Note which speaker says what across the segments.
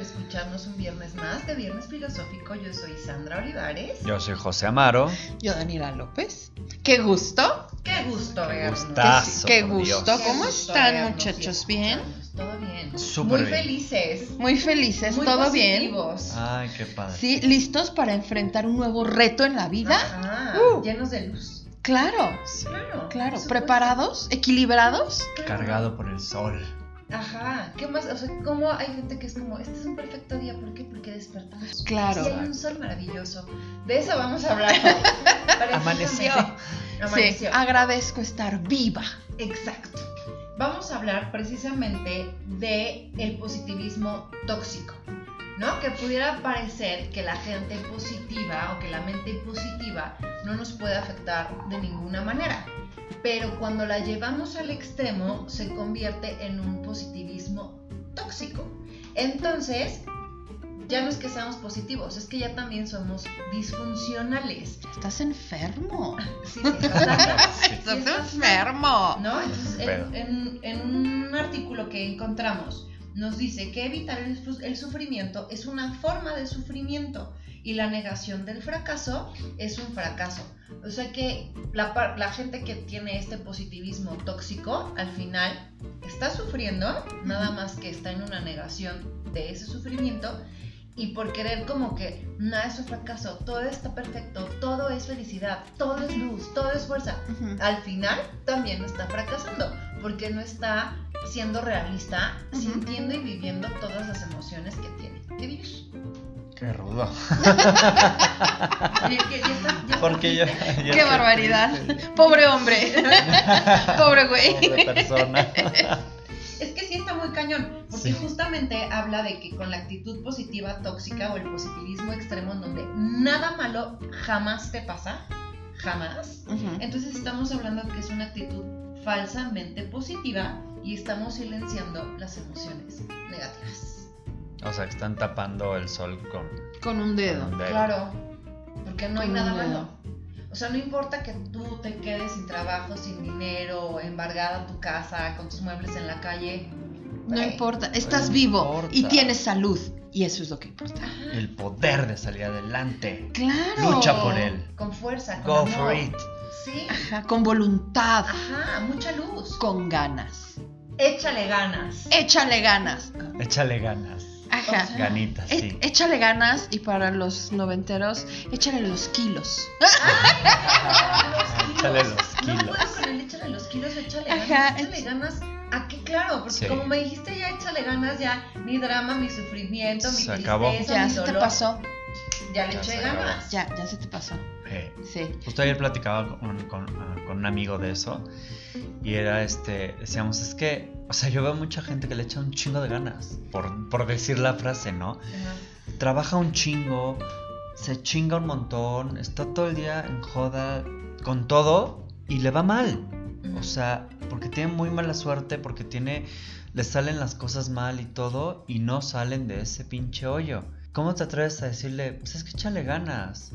Speaker 1: escucharnos un viernes más de Viernes Filosófico. Yo soy Sandra Olivares.
Speaker 2: Yo soy José Amaro.
Speaker 3: Yo, Daniela López. Qué gusto.
Speaker 1: Qué gusto vernos.
Speaker 2: gustazo,
Speaker 3: Qué
Speaker 2: por Dios.
Speaker 3: gusto. ¿Cómo
Speaker 1: Qué gusto
Speaker 3: están,
Speaker 1: vernos y
Speaker 3: muchachos? ¿Bien?
Speaker 1: escucharnos. Todo bien.
Speaker 2: Súper
Speaker 1: Muy
Speaker 2: bien. Ah.
Speaker 1: felices.
Speaker 3: Muy felices,
Speaker 1: Muy
Speaker 3: todo
Speaker 1: positivos.
Speaker 2: Ay, qué padre.
Speaker 3: bien. Sí, listos para enfrentar un nuevo reto en la vida.
Speaker 1: Ajá,
Speaker 3: Uh.
Speaker 1: Llenos de luz.
Speaker 3: Claro,
Speaker 2: Sí,
Speaker 1: Claro. por
Speaker 3: claro.
Speaker 1: supuesto.
Speaker 3: ¿Preparados? ¿Equilibrados?
Speaker 1: Claro.
Speaker 2: Cargado por el sol.
Speaker 1: Ajá. ¿Qué más? O sea, ¿cómo hay gente que es como, este es un perfecto día? ¿Por qué? Porque despertamos.
Speaker 3: Claro.
Speaker 1: Sí, hay un sol maravilloso. De eso vamos a hablar. hoy.
Speaker 2: Amaneció.
Speaker 1: Precisamente.
Speaker 3: Sí,
Speaker 1: Amaneció.
Speaker 3: agradezco estar viva.
Speaker 1: Exacto. Vamos a hablar precisamente de el positivismo tóxico, ¿no? Que pudiera parecer que la gente positiva o que la mente positiva no nos puede afectar de ninguna manera, pero cuando la llevamos al extremo se convierte en un positivismo tóxico. Entonces, ya no es que seamos positivos, es que ya también somos disfuncionales.
Speaker 3: Estás enfermo.
Speaker 1: Sí, sí, exacto.
Speaker 2: Sí.
Speaker 1: Estás
Speaker 3: enfermo.
Speaker 1: ¿no? Entonces,
Speaker 2: Pero-
Speaker 1: en, en- en un artículo que encontramos, nos dice que evitar el, su- el sufrimiento es una forma de sufrimiento y la negación del fracaso es un fracaso. O sea que la, par- la gente que tiene este positivismo tóxico, al final está sufriendo, nada más que está en una negación de ese sufrimiento. Y por querer como que nada es un fracaso, todo está perfecto, todo es felicidad, todo es luz, todo es fuerza
Speaker 3: Ujú.
Speaker 1: al final también está fracasando, porque no está siendo realista,
Speaker 3: Ujú.
Speaker 1: sintiendo y viviendo todas las emociones que tiene que vivir.
Speaker 2: Qué rudo.
Speaker 1: Y- y- y está- ya está
Speaker 2: Porque yo.
Speaker 1: triste.
Speaker 2: yo
Speaker 3: Qué
Speaker 2: soy
Speaker 3: barbaridad.
Speaker 2: triste.
Speaker 3: Pobre hombre. Pobre güey.
Speaker 2: Pobre persona.
Speaker 1: Es que sí está muy cañón, porque
Speaker 2: Sí.
Speaker 1: justamente habla de que con la actitud positiva tóxica o el positivismo extremo en donde nada malo jamás te pasa, jamás,
Speaker 3: Ujú.
Speaker 1: entonces estamos hablando que es una actitud falsamente positiva y estamos silenciando las emociones negativas.
Speaker 2: O sea, que están tapando el sol con,
Speaker 3: Con un
Speaker 2: con
Speaker 3: dedo.
Speaker 2: un dedo.
Speaker 1: Claro, porque no hay
Speaker 3: Con
Speaker 1: Pues nada
Speaker 3: un dedo.
Speaker 1: malo. O sea, no importa que tú te quedes sin trabajo, sin dinero, embargada en tu casa, con tus muebles en la calle.
Speaker 3: No
Speaker 1: Eh,
Speaker 3: importa, estás
Speaker 2: no
Speaker 3: vivo
Speaker 2: importa.
Speaker 3: y tienes salud. Y eso es lo que importa.
Speaker 2: El poder de salir adelante.
Speaker 3: Claro.
Speaker 2: Lucha por él.
Speaker 1: Con fuerza, con
Speaker 2: Go
Speaker 1: amor.
Speaker 2: for it.
Speaker 1: Sí,
Speaker 3: Ajá, con voluntad,
Speaker 1: ajá, mucha luz.
Speaker 3: con ganas.
Speaker 1: Échale ganas.
Speaker 3: Échale ganas.
Speaker 2: Échale ganas.
Speaker 3: Ajá.
Speaker 1: O sea,
Speaker 2: Ganitas,
Speaker 3: E-
Speaker 2: sí.
Speaker 3: Échale ganas y para los noventeros, échale los kilos.
Speaker 2: Ah, Échale los
Speaker 1: No
Speaker 2: kilos.
Speaker 1: puedo con el échale los kilos, échale ganas.
Speaker 3: Ajá,
Speaker 1: Échale
Speaker 3: es-
Speaker 1: ganas. ¿A qué? Claro, porque
Speaker 2: Sí.
Speaker 1: como me dijiste ya échale ganas, ya mi drama, mi sufrimiento, mi
Speaker 2: Se
Speaker 1: tristeza,
Speaker 2: acabó.
Speaker 3: Ya
Speaker 1: mi
Speaker 3: se te
Speaker 1: dolor,
Speaker 3: pasó.
Speaker 1: Ya le
Speaker 2: Ya se
Speaker 1: eché
Speaker 2: acabó.
Speaker 1: ganas.
Speaker 3: Ya, ya se te pasó.
Speaker 2: Eh,
Speaker 3: Sí.
Speaker 2: Justo ayer platicaba con, con- ah, con un amigo de eso y era este, decíamos, es que, o sea, yo veo mucha gente que le echa un chingo de ganas, por, por decir la frase, ¿no?
Speaker 1: Ajá.
Speaker 2: Trabaja un chingo, se chinga un montón, está todo el día en joda con todo y le va mal. O sea, porque tiene muy mala suerte, porque tiene, le salen las cosas mal y todo y no salen de ese pinche hoyo. ¿Cómo te atreves a decirle, pues es que échale ganas?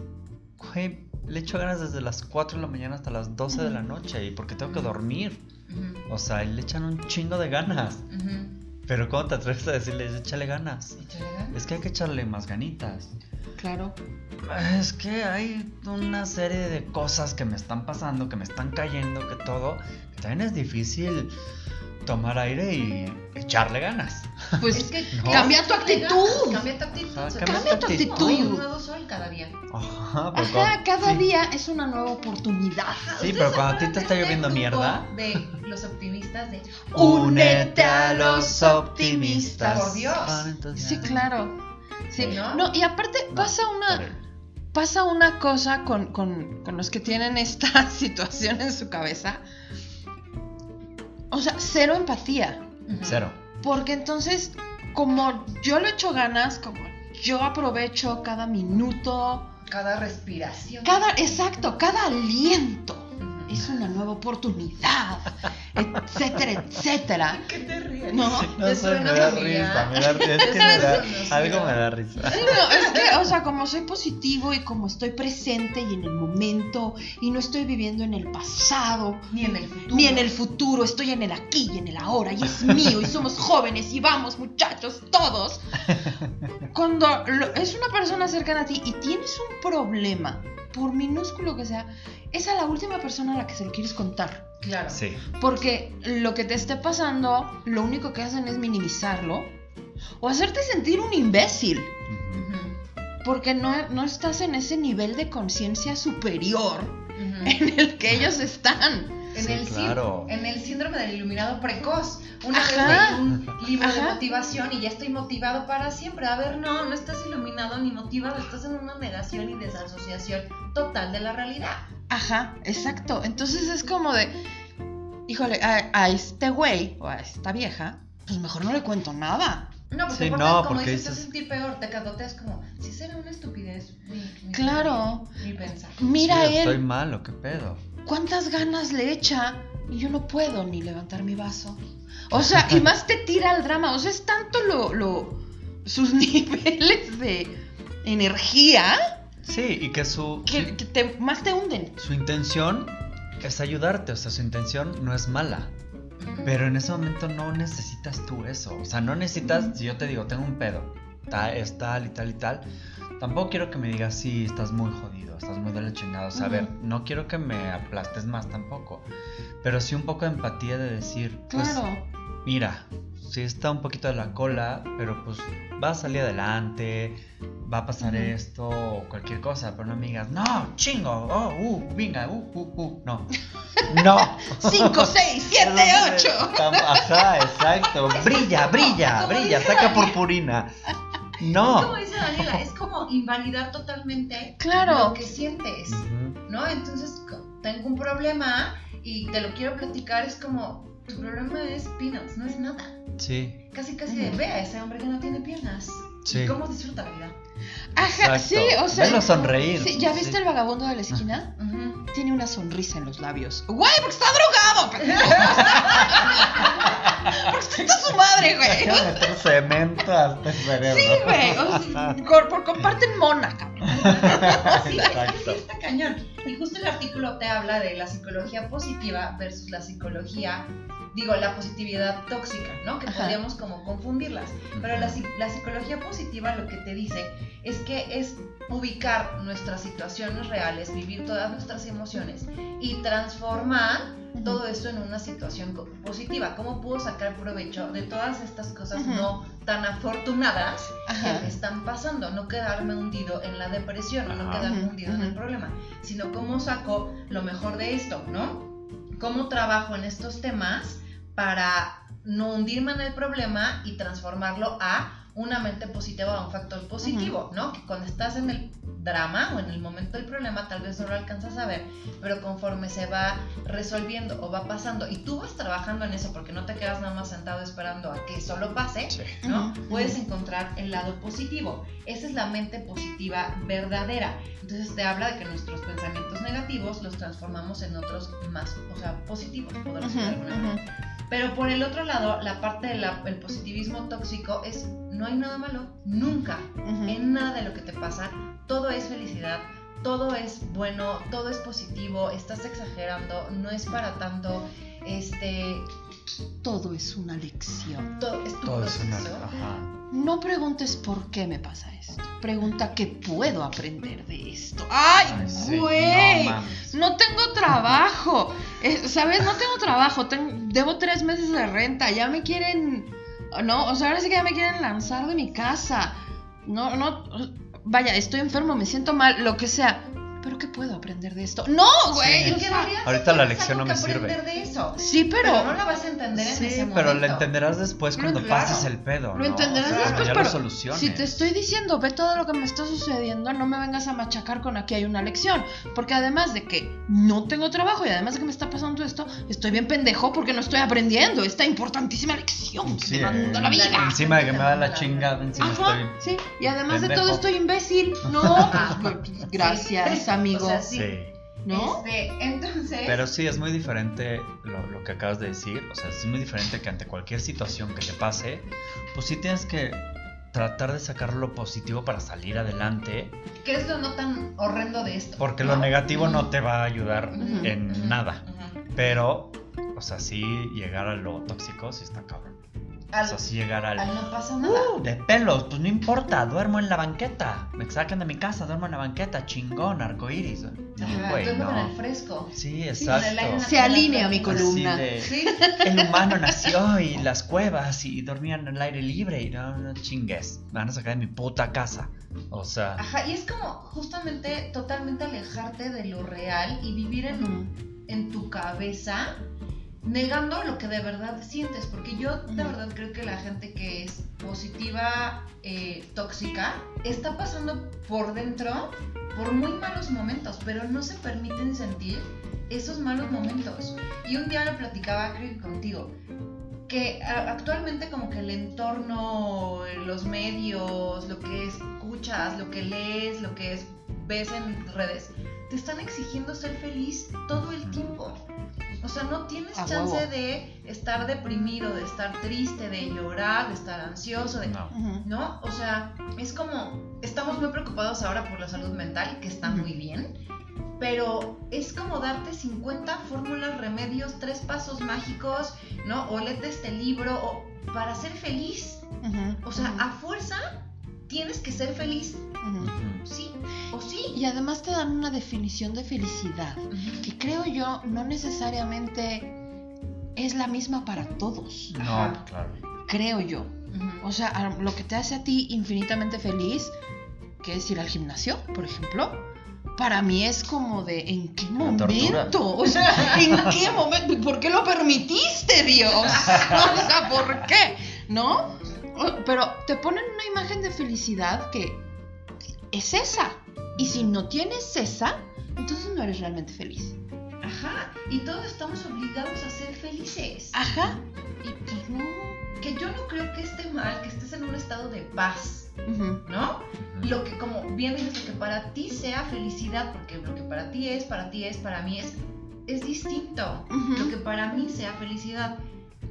Speaker 2: Güey, le echo ganas desde las 4 de la mañana hasta las 12 de la noche y porque tengo que dormir.
Speaker 1: Ujú,
Speaker 2: O sea, y le echan un chingo de ganas.
Speaker 1: ujú.
Speaker 2: Pero ¿cómo te atreves a decirle, échale ganas?
Speaker 1: Échale ganas.
Speaker 2: Es que hay que echarle más ganitas.
Speaker 3: Claro.
Speaker 2: Es que hay una serie de cosas que me están pasando, que me están cayendo, que todo, que también es difícil tomar aire y echarle ganas.
Speaker 3: Pues
Speaker 1: que
Speaker 2: No.
Speaker 3: Cambia tu actitud.
Speaker 1: Cambia tu actitud.
Speaker 2: Ajá,
Speaker 1: se
Speaker 2: cambia
Speaker 1: trata
Speaker 2: tu
Speaker 1: de
Speaker 3: actitud.
Speaker 1: como Un nuevo sol cada día.
Speaker 2: Ah, Ajá, pero
Speaker 3: Ajá,
Speaker 2: cuando-
Speaker 3: cada
Speaker 2: pues sí.
Speaker 3: día es una nueva oportunidad.
Speaker 2: Sí,
Speaker 1: ¿Ustedes
Speaker 2: pero
Speaker 1: se
Speaker 2: cuando a ti te
Speaker 1: acuerdan
Speaker 2: está
Speaker 1: de
Speaker 2: lloviendo
Speaker 1: este grupo
Speaker 2: mierda.
Speaker 1: De los optimistas de.
Speaker 2: Únete a los optimistas.
Speaker 1: Por Dios.
Speaker 2: Ah, entonces-
Speaker 3: Sí, claro. Sí,
Speaker 2: Sí.
Speaker 3: ¿no? y aparte
Speaker 2: No,
Speaker 3: pasa una, pasa una cosa con, con- con los que tienen esta situación en su cabeza. O sea, cero empatía.
Speaker 1: Ujú.
Speaker 2: Cero.
Speaker 3: Porque entonces, como yo le echo ganas, como yo aprovecho cada minuto,
Speaker 1: Cada respiración.
Speaker 3: cada, exacto, cada aliento
Speaker 1: Ujú.
Speaker 3: es una nueva oportunidad, etcétera, etcétera.
Speaker 1: ¿Qué te ríes?
Speaker 3: No,
Speaker 2: No
Speaker 1: ¿Te
Speaker 2: sé,
Speaker 1: suena
Speaker 2: me da
Speaker 1: familiar?
Speaker 2: risa, me da risa. Es que me da,
Speaker 1: Eso no
Speaker 2: algo
Speaker 1: suena.
Speaker 2: me da risa.
Speaker 3: Sí, no, es que, o sea, como soy positivo y como estoy presente y en el momento y no estoy viviendo en el pasado
Speaker 1: Ni en el futuro.
Speaker 3: ni en el futuro, estoy en el aquí y en el ahora y es mío y somos jóvenes y vamos muchachos todos. Cuando lo- es una persona cercana a ti y tienes un problema, por minúsculo que sea, es a la última persona a la que se lo quieres contar.
Speaker 1: Claro.
Speaker 2: Sí.
Speaker 3: Porque lo que te esté pasando, lo único que hacen es minimizarlo o hacerte sentir un imbécil
Speaker 2: Ujú.
Speaker 1: Ujú,
Speaker 3: porque no, no estás en ese nivel de conciencia superior
Speaker 1: ujú.
Speaker 3: en el que ellos están.
Speaker 1: En,
Speaker 2: Sí,
Speaker 1: el, sí-
Speaker 2: claro.
Speaker 1: en el síndrome del iluminado precoz. Una
Speaker 3: Ajá.
Speaker 1: vez leí un libro de
Speaker 3: Ajá.
Speaker 1: motivación y ya estoy motivado para siempre. A ver, no, no estás iluminado ni motivado, estás en una negación y desasociación total de la realidad.
Speaker 3: Ajá, exacto. Entonces es como de, híjole, a, a este güey o a esta vieja, pues mejor no le cuento nada.
Speaker 1: No, porque,
Speaker 2: Sí,
Speaker 1: aparte,
Speaker 2: no,
Speaker 1: como
Speaker 2: porque
Speaker 1: dices, te
Speaker 2: dices-
Speaker 1: hace sentir peor, te cadoteas como, si será una estupidez. ni- ni-
Speaker 3: Claro.
Speaker 1: Ni pensar.
Speaker 3: Mira
Speaker 2: Sí,
Speaker 3: él,
Speaker 2: Estoy malo, qué pedo.
Speaker 3: cuántas ganas le echa y yo no puedo ni levantar mi vaso. O sea, y más te tira al drama. O sea, es tanto lo, lo, sus niveles de energía
Speaker 2: Sí, y que su,
Speaker 3: que, que te, más te hunden.
Speaker 2: su intención es ayudarte, o sea, su intención no es mala. Pero en ese momento no necesitas tú eso. O sea, no necesitas, si yo te digo, tengo un pedo, ta- es tal y tal y tal. Tampoco quiero que me digas, sí, estás muy jodido, estás muy de la chingada. O sea, a ver,
Speaker 3: Ujú.
Speaker 2: no quiero que me aplastes más tampoco. Pero sí un poco de empatía de decir, pues,
Speaker 3: Claro.
Speaker 2: mira, sí está un poquito de la cola, pero pues va a salir adelante, va a pasar
Speaker 3: Ujú.
Speaker 2: esto o cualquier cosa, pero no me digas, no, chingo, oh, uh, venga, uh, uh, uh, no. No.
Speaker 3: 5, 6, 7,
Speaker 2: No,
Speaker 3: 8.
Speaker 2: tam- Ajá, exacto. Brilla, brilla,
Speaker 1: Como
Speaker 2: brilla,
Speaker 1: dice
Speaker 2: saca
Speaker 1: Daniel.
Speaker 2: purpurina.
Speaker 1: Es como
Speaker 2: No.
Speaker 1: dice Daniela, es como invalidar totalmente lo
Speaker 3: Claro.
Speaker 1: que sientes.
Speaker 2: Ujú,
Speaker 1: ¿no? Entonces co- tengo un problema y te lo quiero platicar, es como, tu problema es peanuts, no es nada.
Speaker 2: Sí,
Speaker 1: Casi, casi de,
Speaker 3: Ujú.
Speaker 1: ve a ese hombre que no tiene piernas.
Speaker 2: Sí.
Speaker 1: ¿Y ¿Cómo disfruta la vida?
Speaker 3: Ajá,
Speaker 2: Exacto.
Speaker 3: sí, o sea.
Speaker 2: Velo sonreír.
Speaker 3: Sí, ¿Ya viste
Speaker 2: Sí. Ah.
Speaker 3: el vagabundo de la esquina?
Speaker 1: Ujú.
Speaker 3: Tiene una sonrisa en los labios. ¡Güey, porque está drogado! pendejo! porque está hasta su madre,
Speaker 2: Deja
Speaker 3: güey.
Speaker 2: de meter cemento hasta el cerebro.
Speaker 3: Sí, güey. o sea, por, por- comparten mona, cabrón.
Speaker 1: Sí, es que
Speaker 2: Exacto.
Speaker 1: sí está cañón. Y justo el artículo te habla de la psicología positiva versus la psicología, digo, la positividad tóxica, ¿no? Que
Speaker 3: Ajá.
Speaker 1: podríamos como confundirlas. Pero la, psi- la psicología positiva lo que te dice es que es ubicar nuestras situaciones reales, vivir todas nuestras emociones y transformar todo eso en una situación co- positiva. ¿Cómo puedo sacar provecho de todas estas cosas
Speaker 3: Ujú.
Speaker 1: no tan afortunadas que
Speaker 3: Ajá.
Speaker 1: me están pasando? No quedarme hundido en la depresión o no
Speaker 2: Ajá.
Speaker 1: quedarme
Speaker 3: Ujú,
Speaker 1: hundido en el
Speaker 3: ujú.
Speaker 1: problema, sino cómo saco lo mejor de esto, ¿no? ¿Cómo trabajo en estos temas para no hundirme en el problema y transformarlo a una mente positiva o a un factor positivo, ¿no? Que cuando estás en el drama o en el momento del problema tal vez no lo alcanzas a ver, pero conforme se va resolviendo o va pasando y tú vas trabajando en eso porque no te quedas nada más sentado esperando a que solo pase,
Speaker 2: Sí.
Speaker 1: ¿no?
Speaker 3: Ujú,
Speaker 1: Puedes
Speaker 3: ujú.
Speaker 1: encontrar el lado positivo. Esa es la mente positiva verdadera. Entonces te habla de que nuestros pensamientos negativos los transformamos en otros más, o sea, positivos, podemos
Speaker 3: Ujú,
Speaker 1: decir de alguna manera.
Speaker 3: ujú.
Speaker 1: Pero por el otro lado, la parte del positivismo tóxico es no hay nada malo, nunca,
Speaker 3: Ujú.
Speaker 1: en nada de lo que te pasa, todo es felicidad, todo es bueno, todo es positivo, estás exagerando, no es para tanto, este,
Speaker 3: Todo es una lección.
Speaker 1: todo es tu
Speaker 2: Todo es una.
Speaker 1: proceso.
Speaker 2: Ajá.
Speaker 3: No preguntes por qué me pasa esto. Pregunta qué puedo aprender de esto. ¡Ay,
Speaker 2: Ay, sí,
Speaker 3: güey!
Speaker 2: no mames.
Speaker 3: No tengo trabajo. Eh, ¿Sabes? No tengo trabajo. Ten- debo tres meses de renta. Ya me quieren. No, o sea, ahora sí que ya me quieren lanzar de mi casa. No, no. Vaya, estoy enfermo, me siento mal, lo que sea. Pero ¿qué puedo aprender de esto? ¡No, güey!
Speaker 1: Y
Speaker 3: o
Speaker 1: que en
Speaker 3: sea,
Speaker 1: realidad
Speaker 2: Ahorita
Speaker 1: sí
Speaker 2: la
Speaker 1: tienes
Speaker 2: lección
Speaker 1: algo
Speaker 2: no
Speaker 1: que
Speaker 2: me
Speaker 1: aprender de eso.
Speaker 3: sí,
Speaker 1: Pero,
Speaker 3: pero.
Speaker 1: no la vas a entender en ese
Speaker 2: Sí,
Speaker 3: este
Speaker 1: momento.
Speaker 2: pero lo entenderás después
Speaker 3: Lo
Speaker 2: cuando
Speaker 3: ent-
Speaker 2: pases
Speaker 1: claro.
Speaker 2: el pedo.
Speaker 3: Lo
Speaker 2: ¿no?
Speaker 3: entenderás
Speaker 2: O sea,
Speaker 3: después,
Speaker 2: ya lo
Speaker 3: pero
Speaker 2: soluciones.
Speaker 3: si te estoy diciendo, ve todo lo que me está sucediendo, no me vengas a machacar con aquí hay una lección. Porque además de que no tengo trabajo y además de que me está pasando esto, estoy bien pendejo porque no estoy aprendiendo esta importantísima lección que
Speaker 2: Sí,
Speaker 3: me manda la
Speaker 2: eh,
Speaker 3: vida.
Speaker 2: Encima de que me da la chingada, encima
Speaker 3: Ajá,
Speaker 2: estoy.
Speaker 3: sí. Y además de
Speaker 2: pendejo.
Speaker 3: todo estoy imbécil. No, pues, gracias,
Speaker 1: O
Speaker 3: amigo.
Speaker 1: sea, sí.
Speaker 2: Sí.
Speaker 3: ¿no?
Speaker 1: Este, entonces,
Speaker 2: Pero sí, es muy diferente lo, lo que acabas de decir. O sea, es muy diferente que ante cualquier situación que te pase, pues sí tienes que tratar de sacar lo positivo para salir adelante,
Speaker 1: ¿qué es lo no tan horrendo de esto?
Speaker 2: porque lo
Speaker 1: No.
Speaker 2: negativo no te va a ayudar
Speaker 3: Ujú,
Speaker 1: Ujú,
Speaker 2: en nada.
Speaker 1: ujú.
Speaker 2: Pero, o sea, sí llegar a lo tóxico sí está cabrón. O
Speaker 1: Al,
Speaker 2: sea, sí llegar al...
Speaker 1: al no pasa nada.
Speaker 2: De pelos, pues no importa, duermo en la banqueta. Me sacan de mi casa, duermo en la banqueta, chingón, arcoíris. No,
Speaker 1: Ajá,
Speaker 2: güey,
Speaker 1: duermo con
Speaker 2: no.
Speaker 1: el fresco.
Speaker 2: Sí,
Speaker 1: con el aire
Speaker 2: exacto.
Speaker 3: Se alinea mi
Speaker 1: Así
Speaker 3: columna.
Speaker 2: Así de,
Speaker 1: Sí,
Speaker 2: El humano nació y las cuevas y dormían al aire libre y no, no chingues. Me van a sacar de mi puta casa. O sea,
Speaker 1: ajá, y es como justamente totalmente alejarte de lo real y vivir en un en tu cabeza negando lo que de verdad sientes, porque yo de
Speaker 3: Ujú.
Speaker 1: verdad creo que la gente que es positiva, eh, tóxica, está pasando por dentro por muy malos momentos, pero no se permiten sentir esos malos momentos. Y un día lo platicaba creo que contigo, que a- actualmente como que el entorno, eh, los medios, lo que escuchas, lo que lees, lo que es- ves en redes, te están exigiendo ser feliz todo el tiempo. O sea, no tienes
Speaker 3: A
Speaker 1: chance
Speaker 3: huevo.
Speaker 1: de estar deprimido, de estar triste, de llorar, de estar ansioso, de...
Speaker 2: no.
Speaker 3: Ujú.
Speaker 1: ¿No? O sea, es como, estamos muy preocupados ahora por la salud mental, que está muy bien, pero es como darte 50 fórmulas, remedios, tres pasos mágicos, ¿no? O léete este libro o- para ser feliz.
Speaker 3: Ujú.
Speaker 1: O sea,
Speaker 3: Ujú.
Speaker 1: a fuerza tienes que ser feliz,
Speaker 3: Ujú.
Speaker 2: Ujú.
Speaker 1: sí o sí.
Speaker 3: Y además te dan una definición de felicidad, que creo yo no necesariamente es la misma para todos,
Speaker 1: Ajá.
Speaker 2: No, claro.
Speaker 3: creo yo.
Speaker 1: Ujú.
Speaker 3: O sea, a- lo que te hace a ti infinitamente feliz, que es ir al gimnasio, por ejemplo, para mí es como de, ¿en qué
Speaker 2: tortura.
Speaker 3: momento? O sea, ¿en qué momento? ¿Por qué lo permitiste, Dios? O sea, ¿por qué? ¿No? O- Pero te ponen una imagen de felicidad que es esa. Y si no tienes esa, entonces no eres realmente feliz.
Speaker 1: Ajá. Y todos estamos obligados a ser felices. Ah,
Speaker 3: Ajá. Y pues no.
Speaker 1: Que yo no creo que esté mal que estés en un estado de paz,
Speaker 3: Ujú.
Speaker 1: ¿no?
Speaker 2: Ujú.
Speaker 1: lo que como bien dices, lo que para ti sea felicidad, porque lo que para ti es, para ti es, para mí es, es distinto.
Speaker 3: Ujú.
Speaker 1: Lo que para mí sea felicidad.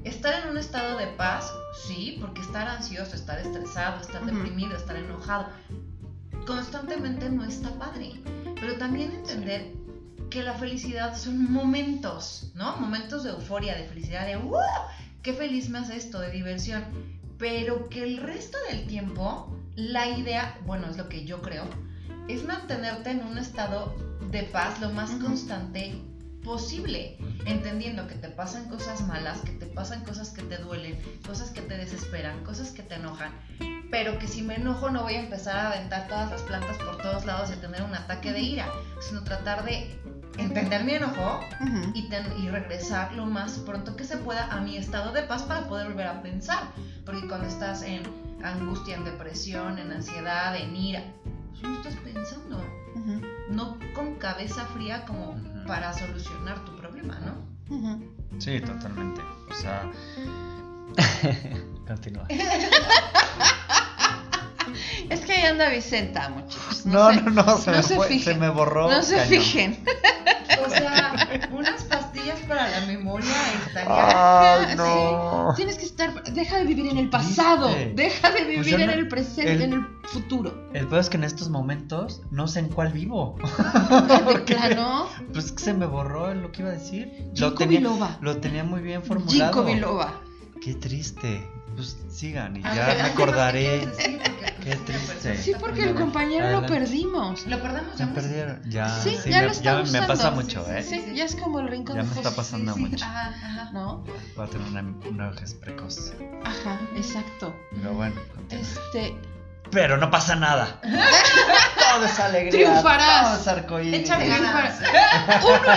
Speaker 1: Estar en un estado de paz, sí, porque estar ansioso, estar estresado, estar
Speaker 3: Ujú.
Speaker 1: deprimido, estar enojado, constantemente no está padre. Pero también entender que la felicidad son momentos, ¿no? Momentos de euforia, de felicidad, de ¡wow! ¡Qué feliz me hace esto! De diversión. Pero que el resto del tiempo, la idea, bueno, es lo que yo creo, es mantenerte en un estado de paz lo más
Speaker 3: Ujú.
Speaker 1: constante posible, entendiendo que te pasan cosas malas, que te pasan cosas que te duelen, cosas que te desesperan, cosas que te enojan, pero que si me enojo no voy a empezar a aventar todas las plantas por todos lados y a tener un ataque de ira, sino tratar de entender mi enojo
Speaker 3: Ujú.
Speaker 1: y, ten- y regresar lo más pronto que se pueda a mi estado de paz para poder volver a pensar, porque cuando estás en angustia, en depresión, en ansiedad, en ira, pues no estás pensando,
Speaker 3: Ujú.
Speaker 1: no con cabeza fría como
Speaker 2: Ujú.
Speaker 1: para solucionar tu problema, ¿no?
Speaker 3: Ujú.
Speaker 2: Sí, totalmente. O sea. Continúa.
Speaker 3: Es que ahí anda Vicenta, muchachos.
Speaker 2: No,
Speaker 3: sé.
Speaker 2: no, no, se,
Speaker 3: no
Speaker 2: me,
Speaker 3: se
Speaker 2: fue-
Speaker 3: fijen.
Speaker 2: se me borró.
Speaker 3: No se
Speaker 2: cañón.
Speaker 3: fijen.
Speaker 1: O sea, unas pastillas para la memoria estaría...
Speaker 2: Ay,
Speaker 3: Sí.
Speaker 2: Ah, no.
Speaker 3: Tienes que estar. Deja de vivir en el pasado.
Speaker 2: Triste.
Speaker 3: Deja de
Speaker 2: Pues
Speaker 3: vivir
Speaker 2: yo
Speaker 3: en
Speaker 2: no-
Speaker 3: el presente,
Speaker 2: el-
Speaker 3: en el futuro.
Speaker 2: El peor es que en estos momentos no sé en cuál vivo.
Speaker 3: De
Speaker 2: qué?
Speaker 3: plano,
Speaker 2: Pues es que se me borró lo que iba a decir. Lo
Speaker 3: Jinko
Speaker 2: tenía,
Speaker 3: Biloba.
Speaker 2: lo tenía muy bien formulado.
Speaker 3: Jinko Biloba.
Speaker 2: Qué triste. Pues sigan y
Speaker 1: A
Speaker 2: ya
Speaker 1: ver,
Speaker 2: me
Speaker 1: ¿qué
Speaker 2: acordaré.
Speaker 1: quieres decir? Porque, pues,
Speaker 2: Qué
Speaker 1: una
Speaker 2: triste.
Speaker 1: persona
Speaker 2: Sí,
Speaker 3: Sí,
Speaker 1: está
Speaker 3: porque
Speaker 1: poniendo-
Speaker 3: el compañero lo
Speaker 2: Adelante.
Speaker 3: perdimos.
Speaker 1: Lo perdemos
Speaker 2: Me
Speaker 1: ya mucho.
Speaker 2: perdieron. Ya,
Speaker 3: Sí,
Speaker 2: sí,
Speaker 3: ya
Speaker 2: me,
Speaker 3: lo está
Speaker 2: me
Speaker 3: usando.
Speaker 2: pasa mucho,
Speaker 1: Sí,
Speaker 2: ¿eh?
Speaker 1: sí,
Speaker 3: Sí, ya es como el rincón
Speaker 2: Ya
Speaker 3: de
Speaker 2: me está
Speaker 3: José,
Speaker 2: pasando
Speaker 1: Sí, sí,
Speaker 2: mucho.
Speaker 1: Ajá, ajá.
Speaker 3: ¿No?
Speaker 2: Va a tener una, una vejez precoz.
Speaker 3: Ajá, exacto.
Speaker 2: Pero bueno, continúa.
Speaker 3: Este.
Speaker 2: Pero no pasa nada. Todo es alegría.
Speaker 3: Triunfarás.
Speaker 2: Todo es arcoíris.
Speaker 1: Échale
Speaker 3: Uno
Speaker 1: ganas.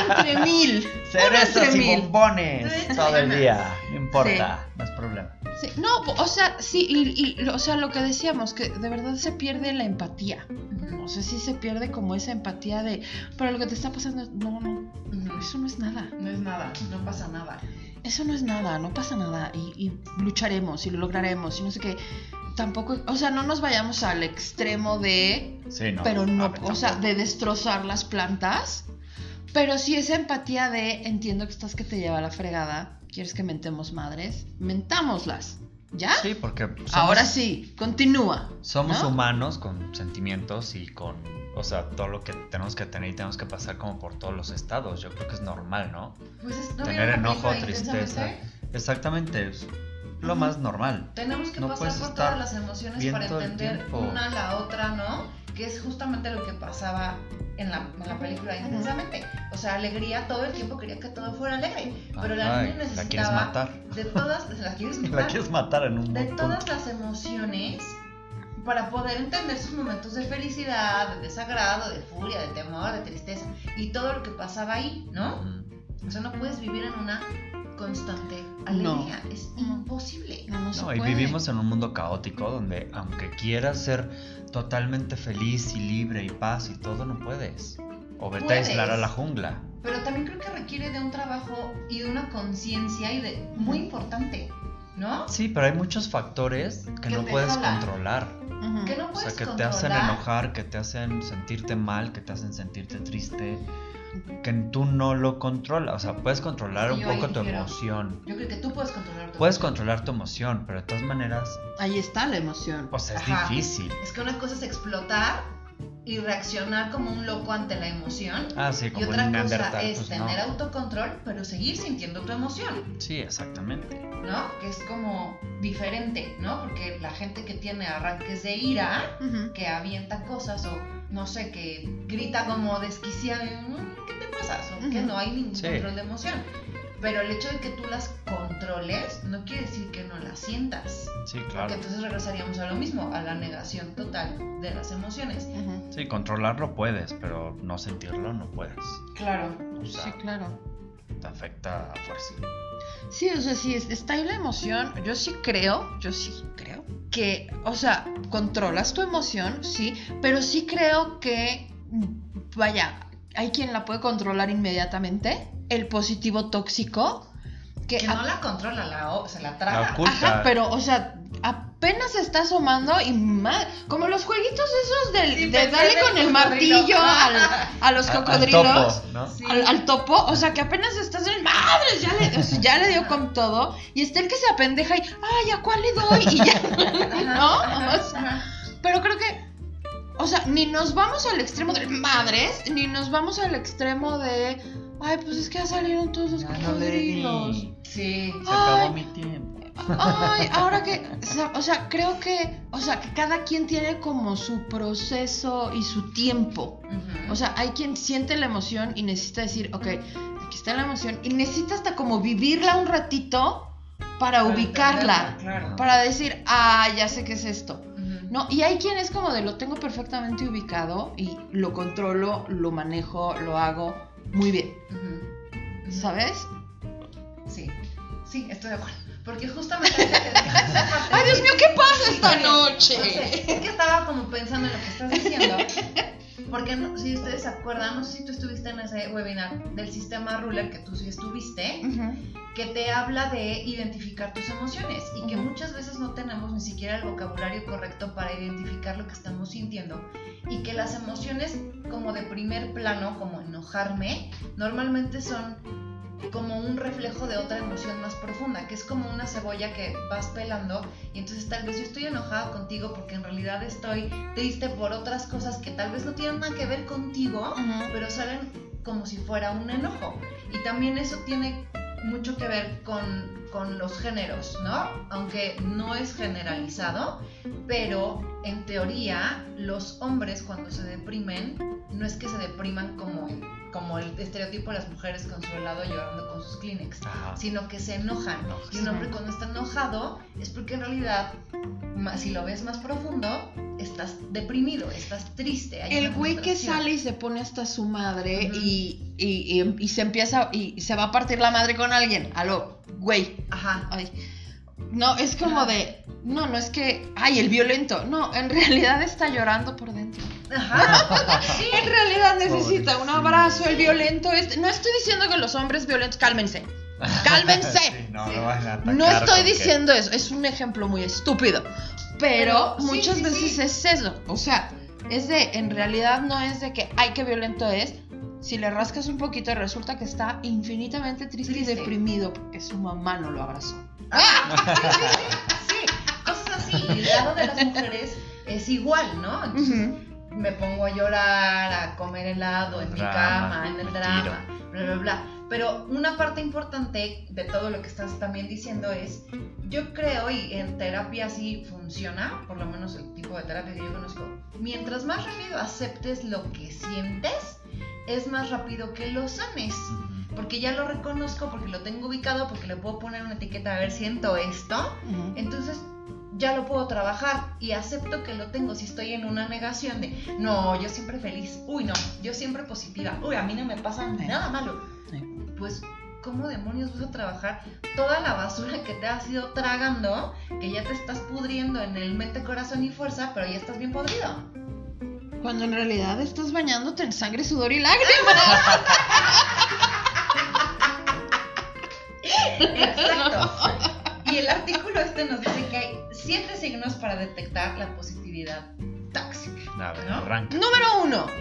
Speaker 3: entre mil. uno
Speaker 2: Cerezas
Speaker 3: entre
Speaker 2: y
Speaker 3: mil.
Speaker 2: bombones.
Speaker 1: Échale
Speaker 2: Todo el
Speaker 1: ganas.
Speaker 2: día. No importa. No es problema.
Speaker 3: Sí, No, o sea, sí, y- y, o sea, lo que decíamos, que de verdad se pierde la empatía.
Speaker 1: Ujú,
Speaker 3: O sea, sí se pierde como esa empatía de, pero lo que te está pasando, es- no, no,
Speaker 1: ujú.
Speaker 3: eso no es nada.
Speaker 1: No es nada, no pasa nada.
Speaker 3: Eso no es nada, no pasa nada. Y, y lucharemos y lo lograremos y no sé qué. Tampoco, o sea, no nos vayamos al extremo de,
Speaker 2: Sí, no.
Speaker 3: pero
Speaker 2: A
Speaker 3: no,
Speaker 2: ver,
Speaker 3: o sea,
Speaker 2: tampoco.
Speaker 3: de destrozar las plantas. Pero sí esa empatía de entiendo que estás que te lleva a la fregada, quieres que mentemos madres, mentámoslas. ¿Ya?
Speaker 2: Sí, porque somos,
Speaker 3: Pues Ahora sí, continúa.
Speaker 2: somos
Speaker 3: ¿no?
Speaker 2: humanos con sentimientos y con, o sea, todo lo que tenemos que tener y tenemos que pasar como por todos los estados. Yo creo que es normal, ¿no?
Speaker 1: Pues es- ¿no
Speaker 2: Tener
Speaker 1: vieron
Speaker 2: enojo,
Speaker 1: Capítulo
Speaker 2: tristeza.
Speaker 1: Intensamente?
Speaker 2: Exactamente, es lo
Speaker 1: Ujú.
Speaker 2: más normal.
Speaker 1: Tenemos que
Speaker 2: No
Speaker 1: pasar
Speaker 2: puedes
Speaker 1: por
Speaker 2: estar
Speaker 1: todas las emociones
Speaker 2: bien
Speaker 1: para
Speaker 2: todo el
Speaker 1: entender
Speaker 2: tiempo.
Speaker 1: una a la otra, ¿no? Que es justamente lo que pasaba en la, en la película intensamente. O sea, alegría todo el tiempo quería que todo fuera alegre. Pero la
Speaker 2: Ay,
Speaker 1: niña necesitaba
Speaker 2: la quieres matar.
Speaker 1: de todas, la quieres
Speaker 2: La
Speaker 1: matar,
Speaker 2: quieres matar en un
Speaker 1: de
Speaker 2: punto.
Speaker 1: todas las emociones para poder entender sus momentos de felicidad, de desagrado, de furia, de temor, de tristeza y todo lo que pasaba ahí, ¿no?
Speaker 2: Ujú.
Speaker 1: O sea, no puedes vivir en una constante alegría, es imposible.
Speaker 3: No, no se
Speaker 2: No, y
Speaker 3: puede.
Speaker 2: vivimos en un mundo caótico donde aunque quieras ser totalmente feliz y libre y paz y todo, no puedes. O vete a
Speaker 1: Puedes.
Speaker 2: aislar a la jungla.
Speaker 1: Pero también creo que requiere de un trabajo y de una conciencia y de muy importante, ¿no?
Speaker 2: Sí, pero hay muchos factores que,
Speaker 1: Que
Speaker 2: no
Speaker 1: te
Speaker 2: puedes
Speaker 1: jalan.
Speaker 2: controlar.
Speaker 3: Ujú.
Speaker 1: Que no
Speaker 2: O
Speaker 1: puedes
Speaker 2: sea, que te
Speaker 1: controlar.
Speaker 2: hacen enojar, que te hacen sentirte mal, que te hacen sentirte triste, que tú no lo controlas. O sea, puedes controlar
Speaker 1: Sí,
Speaker 2: un
Speaker 1: yo ahí
Speaker 2: poco tu
Speaker 1: difiero.
Speaker 2: emoción.
Speaker 1: Yo creo que tú puedes controlar tu
Speaker 2: Puedes
Speaker 1: emoción.
Speaker 2: controlar tu emoción, pero de todas maneras,
Speaker 3: Ahí está la emoción.
Speaker 2: o sea, es
Speaker 1: Ajá.
Speaker 2: difícil.
Speaker 1: Es que una cosa es explotar y reaccionar como un loco ante la emoción.
Speaker 2: Ah, sí,
Speaker 1: Y
Speaker 2: como
Speaker 1: otra
Speaker 2: un
Speaker 1: cosa
Speaker 2: neandertal,
Speaker 1: es
Speaker 2: pues no.
Speaker 1: tener autocontrol, pero seguir sintiendo tu emoción,
Speaker 2: Sí, exactamente.
Speaker 1: ¿no? Que es como diferente, ¿no? Porque la gente que tiene arranques de ira,
Speaker 3: Ujú.
Speaker 1: que avienta cosas o no sé, que grita como desquiciada, "Mm, ¿qué te pasa? O que
Speaker 3: Ujú.
Speaker 1: no hay ningún
Speaker 2: Sí.
Speaker 1: control de emoción. Pero el hecho de que tú las controles no quiere decir que no las sientas.
Speaker 2: Sí,
Speaker 1: Porque
Speaker 2: claro.
Speaker 1: entonces regresaríamos a lo mismo, a la negación total de las emociones.
Speaker 3: Ujú.
Speaker 2: Sí, controlarlo puedes, pero no sentirlo no puedes.
Speaker 1: Claro.
Speaker 2: O sea,
Speaker 3: Sí, claro.
Speaker 2: te afecta a fuerza.
Speaker 3: Sí, o sea, sí, es- está ahí la emoción. Yo sí creo, yo sí creo que, o sea, controlas tu emoción, sí, pero sí creo que, mm, vaya, hay quien la puede controlar inmediatamente. El positivo tóxico, que,
Speaker 1: Que
Speaker 3: a-
Speaker 1: no la controla, la, o- se la traga.
Speaker 2: La oculta.
Speaker 3: Ajá, pero, o sea, apenas se está asomando y más. Como los jueguitos esos del,
Speaker 1: Sí,
Speaker 3: de
Speaker 1: pensé
Speaker 3: darle
Speaker 1: en el
Speaker 3: con el
Speaker 1: cocodrilo.
Speaker 3: martillo al- a los
Speaker 2: A- al
Speaker 3: cocodrilos.
Speaker 2: topo, ¿no?
Speaker 1: Sí.
Speaker 3: Al, al topo, o sea que apenas estás en madres, ya le, o sea, ya le dio con todo. Y está el que se apendeja y, ay, ¿a cuál le doy? Y ya,
Speaker 1: Ajá,
Speaker 3: ¿no?
Speaker 1: ajá,
Speaker 3: O sea,
Speaker 1: ajá.
Speaker 3: pero creo que, o sea, ni nos vamos al extremo de madres, ni nos vamos al extremo de, ay, pues es que ya salieron todos los cocodrilos.
Speaker 1: Sí.
Speaker 2: Se
Speaker 3: Ay.
Speaker 2: acabó mi tiempo.
Speaker 3: Ay, ahora que, o sea, o sea, creo que, o sea, que cada quien tiene como su proceso y su tiempo.
Speaker 1: Ujú.
Speaker 3: O sea, hay quien siente la emoción y necesita decir, ok, aquí está la emoción, y necesita hasta como vivirla un ratito para
Speaker 1: Para
Speaker 3: ubicarla,
Speaker 1: entenderla, Claro.
Speaker 3: para decir, ah, ya sé qué es esto.
Speaker 1: Ujú.
Speaker 3: No, y hay quien es como de lo tengo perfectamente ubicado y lo controlo, lo manejo, lo hago muy bien,
Speaker 1: Ujú. Ujú.
Speaker 3: ¿sabes?
Speaker 1: Sí. Sí, estoy de acuerdo. Porque justamente. Ay,
Speaker 3: Ay, Dios mío, ¿qué pasa esta noche?
Speaker 1: Es que estaba como pensando en lo que estás diciendo. Porque no- si ustedes se acuerdan, no sé si tú estuviste en ese webinar del sistema ruler que tú sí estuviste,
Speaker 3: Ujú.
Speaker 1: que te habla de identificar tus emociones y que
Speaker 3: Ujú.
Speaker 1: muchas veces no tenemos ni siquiera el vocabulario correcto para identificar lo que estamos sintiendo y que las emociones como de primer plano, como enojarme, normalmente son como un reflejo de otra emoción más profunda, que es como una cebolla que vas pelando y entonces tal vez yo estoy enojada contigo porque en realidad estoy triste por otras cosas que tal vez no tienen nada que ver contigo,
Speaker 3: Ujú.
Speaker 1: pero salen como si fuera un enojo. Y también eso tiene mucho que ver con, con los géneros, ¿no? Aunque no es generalizado, pero en teoría los hombres cuando se deprimen, no es que se depriman como, como el estereotipo de las mujeres con su helado llorando con sus Kleenex,
Speaker 2: Ajá.
Speaker 1: sino que se enojan. Y un hombre cuando está enojado es porque en realidad, ma- si lo ves más profundo, estás deprimido, estás triste. hay
Speaker 3: El
Speaker 1: una
Speaker 3: güey que
Speaker 1: frustración.
Speaker 3: sale y se pone hasta su madre
Speaker 1: Ujú.
Speaker 3: y, y- y- y se empieza y se va a partir la madre con alguien. Aló, güey.
Speaker 1: Ajá.
Speaker 3: Ay. No, es como de. No, no es que. Ay, el violento. No, en realidad está llorando por dentro.
Speaker 1: Ajá. Sí.
Speaker 3: En realidad necesita un
Speaker 2: Pobrecito.
Speaker 3: abrazo. El violento es. No estoy diciendo que los hombres violentos. Cálmense. Cálmense.
Speaker 2: Sí, no, no vayan a atacar
Speaker 3: No estoy
Speaker 2: con que-
Speaker 3: diciendo eso, es un ejemplo muy estúpido. Pero,
Speaker 1: Pero, sí,
Speaker 3: muchas
Speaker 1: sí,
Speaker 3: veces
Speaker 1: sí.
Speaker 3: es eso. O sea, es de, en realidad no es de que, ay, qué violento es. si le rascas un poquito, resulta que está infinitamente triste,
Speaker 1: Triste.
Speaker 3: y deprimido porque su mamá no lo abrazó.
Speaker 1: Sí, cosas así. Y el lado de las mujeres es igual, ¿no? Entonces, me pongo a llorar, a comer helado en mi
Speaker 2: Drama,
Speaker 1: cama, en el
Speaker 2: el
Speaker 1: drama, bla, bla, bla. Pero una parte importante de todo lo que estás también diciendo es, yo creo, y en terapia sí funciona, por lo menos el tipo de terapia que yo conozco, mientras más rápido aceptes lo que sientes, es más rápido que lo sanes.
Speaker 2: Ujú.
Speaker 1: Porque ya lo reconozco, porque lo tengo ubicado, porque le puedo poner una etiqueta, a ver, siento esto.
Speaker 3: Ujú.
Speaker 1: Entonces ya lo puedo trabajar y acepto que lo tengo si estoy en una negación de no, yo siempre feliz, uy no, yo siempre positiva, uy a mí no me pasa
Speaker 3: Sí.
Speaker 1: nada malo.
Speaker 3: Sí.
Speaker 1: Pues ¿cómo demonios vas a trabajar toda la basura que te has ido tragando, que ya te estás pudriendo en el mente, corazón y fuerza, pero ya estás bien podrido?
Speaker 3: Cuando en realidad estás bañándote en sangre, sudor y lágrimas.
Speaker 1: Exacto. Y el artículo este nos dice que hay siete signos para detectar la positividad tóxica.
Speaker 2: A ver,
Speaker 1: ¿No?
Speaker 2: arranca.
Speaker 3: ¡Ah! Número uno.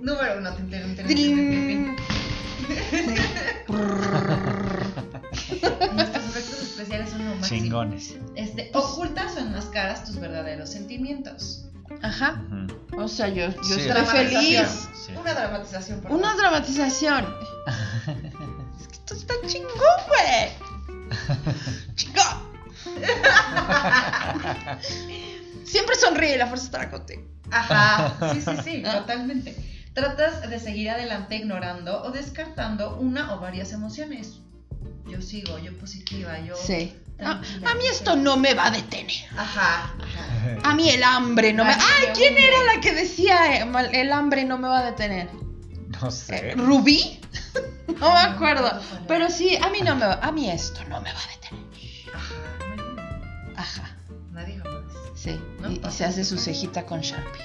Speaker 1: Número uno, tin, tin, tin, tin, tin, tin, tin.
Speaker 3: Drin. Prrrr.
Speaker 1: Nuestros efectos especiales son lo máximo.
Speaker 2: Chingones.
Speaker 1: Este, ocultas o enmascaras tus verdaderos sentimientos.
Speaker 3: Ajá.
Speaker 2: Ujú.
Speaker 3: O sea, yo, yo
Speaker 2: Sí,
Speaker 3: estoy
Speaker 1: dramatización.
Speaker 3: feliz.
Speaker 2: Sí.
Speaker 1: Una dramatización, por
Speaker 3: Una
Speaker 1: favor.
Speaker 3: dramatización. Es que esto está chingón, güey. Chingón. Siempre sonríe, la fuerza estará contigo.
Speaker 1: Ajá, sí, sí,
Speaker 3: Ah.
Speaker 1: sí, totalmente. Tratas de seguir adelante ignorando o descartando una o varias emociones. Yo sigo, yo positiva, yo...
Speaker 3: Sí. A,
Speaker 1: tranquila,
Speaker 3: Ah, a mí
Speaker 1: yo
Speaker 3: esto
Speaker 1: soy-
Speaker 3: no me va a detener.
Speaker 1: Ajá, ajá.
Speaker 3: A mí el hambre no me.
Speaker 1: Ay,
Speaker 3: ¡Ay!
Speaker 1: qué
Speaker 3: ¿Quién
Speaker 1: hombre.
Speaker 3: era la que decía eh, mal- el hambre no me va a detener?
Speaker 2: No sé.
Speaker 3: Eh, ¿Rubí? No me acuerdo.
Speaker 1: acuerdo.
Speaker 3: Pero sí, a mí no me va. A mí esto no me va a detener.
Speaker 1: Ajá, muy bien.
Speaker 3: Ajá.
Speaker 1: Nadie jamás.
Speaker 3: Sí.
Speaker 1: No
Speaker 3: y, y
Speaker 1: pasa.
Speaker 3: se hace su cejita con Sharpie.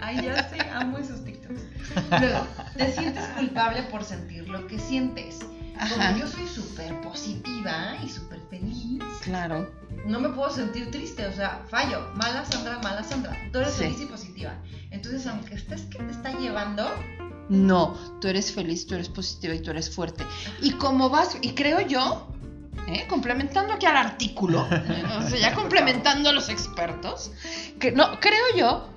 Speaker 1: Ay, ya sé, amo esos TikToks. Luego, te sientes culpable por sentir lo que sientes.
Speaker 3: Ajá.
Speaker 1: Como yo soy súper positiva y súper feliz,
Speaker 3: Claro.
Speaker 1: no me puedo sentir triste, o sea, fallo. Mala Sandra, mala Sandra. Tú eres
Speaker 3: Sí.
Speaker 1: feliz y positiva. Entonces, aunque estés que te está llevando,
Speaker 3: No, tú eres feliz, tú eres positiva y tú eres fuerte. Y como vas, y creo yo, ¿eh? complementando aquí al artículo, ¿eh? o sea, ya complementando a los expertos, que no, creo yo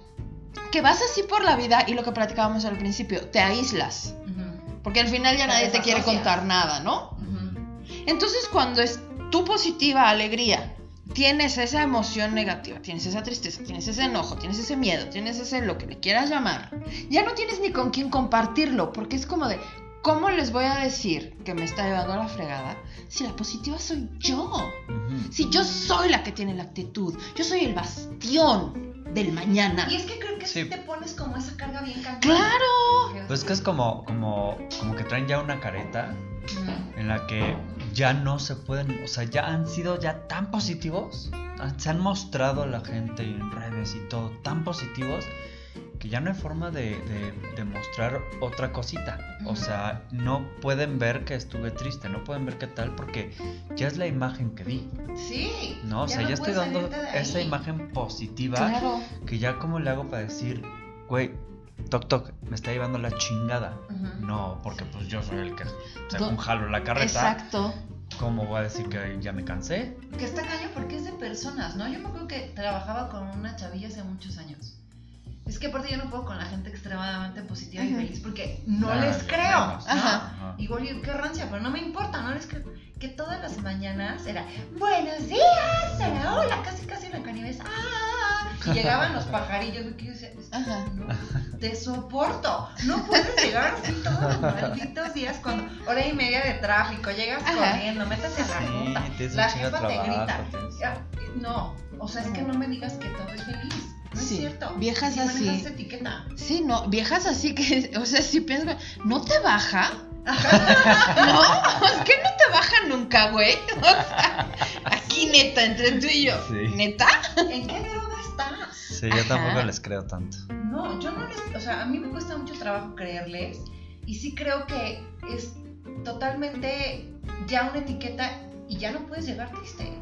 Speaker 3: que vas así por la vida y lo que platicábamos al principio, te aíslas.
Speaker 1: ujú,
Speaker 3: Porque al final
Speaker 1: Te
Speaker 3: ya nadie te quiere
Speaker 1: desasocias.
Speaker 3: contar nada, ¿no?
Speaker 1: ujú,
Speaker 3: Entonces cuando es tu positiva alegría, tienes esa emoción negativa, tienes esa tristeza, tienes ese enojo, tienes ese miedo, tienes ese lo que le quieras llamar, ya no tienes ni con quién compartirlo, porque es como de, ¿cómo les voy a decir que me está llevando a la fregada si la positiva soy yo?
Speaker 2: Ujú.
Speaker 3: Si yo soy la que tiene la actitud, yo soy el bastión del mañana.
Speaker 1: Y es que creo que
Speaker 2: Sí.
Speaker 1: sí te pones como esa carga bien cañona.
Speaker 3: Claro,
Speaker 2: Pues que es como, como, como que traen ya una careta
Speaker 1: Ujú.
Speaker 2: en la que ya no se pueden, o sea, ya han sido ya tan positivos, han- se han mostrado a la gente y en redes y todo tan positivos que ya no hay forma de, de- de mostrar otra cosita. O
Speaker 1: Ujú.
Speaker 2: sea, no pueden ver que estuve triste, no pueden ver qué tal porque ya es la imagen que di,
Speaker 1: Sí.
Speaker 2: ¿no? O sea, ya, estoy
Speaker 1: puedes
Speaker 2: dando
Speaker 1: salirte de
Speaker 2: esa
Speaker 1: ahí.
Speaker 2: imagen positiva
Speaker 3: claro.
Speaker 2: que ya como le hago para decir, güey, toc toc, me está llevando la chingada.
Speaker 1: Ujú.
Speaker 2: No, porque pues yo soy el que según
Speaker 3: Do-
Speaker 2: jalo la carreta.
Speaker 3: Exacto.
Speaker 2: ¿Cómo voy a decir que ya me cansé?
Speaker 1: Que está caño porque es de personas, ¿no? Yo me acuerdo que trabajaba con una chavilla hace muchos años. Es que aparte yo no puedo con la gente extremadamente positiva y
Speaker 3: Ajá.
Speaker 1: feliz porque no
Speaker 2: Ah,
Speaker 1: les
Speaker 2: ya
Speaker 1: creo.
Speaker 2: menos.
Speaker 1: ¿no?
Speaker 3: Ajá.
Speaker 2: Ajá.
Speaker 1: Igual yo, qué rancia, pero no me importa, no les creo. Que todas las mañanas era, buenos días, hola, hola, casi casi la canives. ¡Ah! Y llegaban los pajarillos, y yo decía, "Esto
Speaker 3: Ajá.
Speaker 1: no te soporto. No puedes llegar así todos los malditos días cuando hora y media de tráfico, llegas
Speaker 3: Ajá.
Speaker 1: corriendo, métete a la
Speaker 2: Sí,
Speaker 1: junta.
Speaker 2: te hizo
Speaker 1: La
Speaker 2: chinga
Speaker 1: jefa te grita.
Speaker 2: trabajo, te hizo-
Speaker 1: Ya, No, o sea, es que no me digas que todo es feliz. No
Speaker 3: Sí,
Speaker 1: es cierto.
Speaker 3: viejas
Speaker 1: Sí manejas
Speaker 3: así.
Speaker 1: esa etiqueta.
Speaker 3: Sí, no, viejas así que, o sea, si piensas, ¿no te baja? no, es que no te baja nunca, güey. O sea, aquí neta, entre tú y yo.
Speaker 2: Sí.
Speaker 3: ¿Neta?
Speaker 1: ¿En qué droga estás?
Speaker 2: Sí, yo tampoco
Speaker 3: Ajá.
Speaker 2: les creo tanto.
Speaker 1: No, yo no les. O sea, a mí me cuesta mucho trabajo creerles. Y sí creo que es totalmente ya una etiqueta y ya no puedes llegar triste.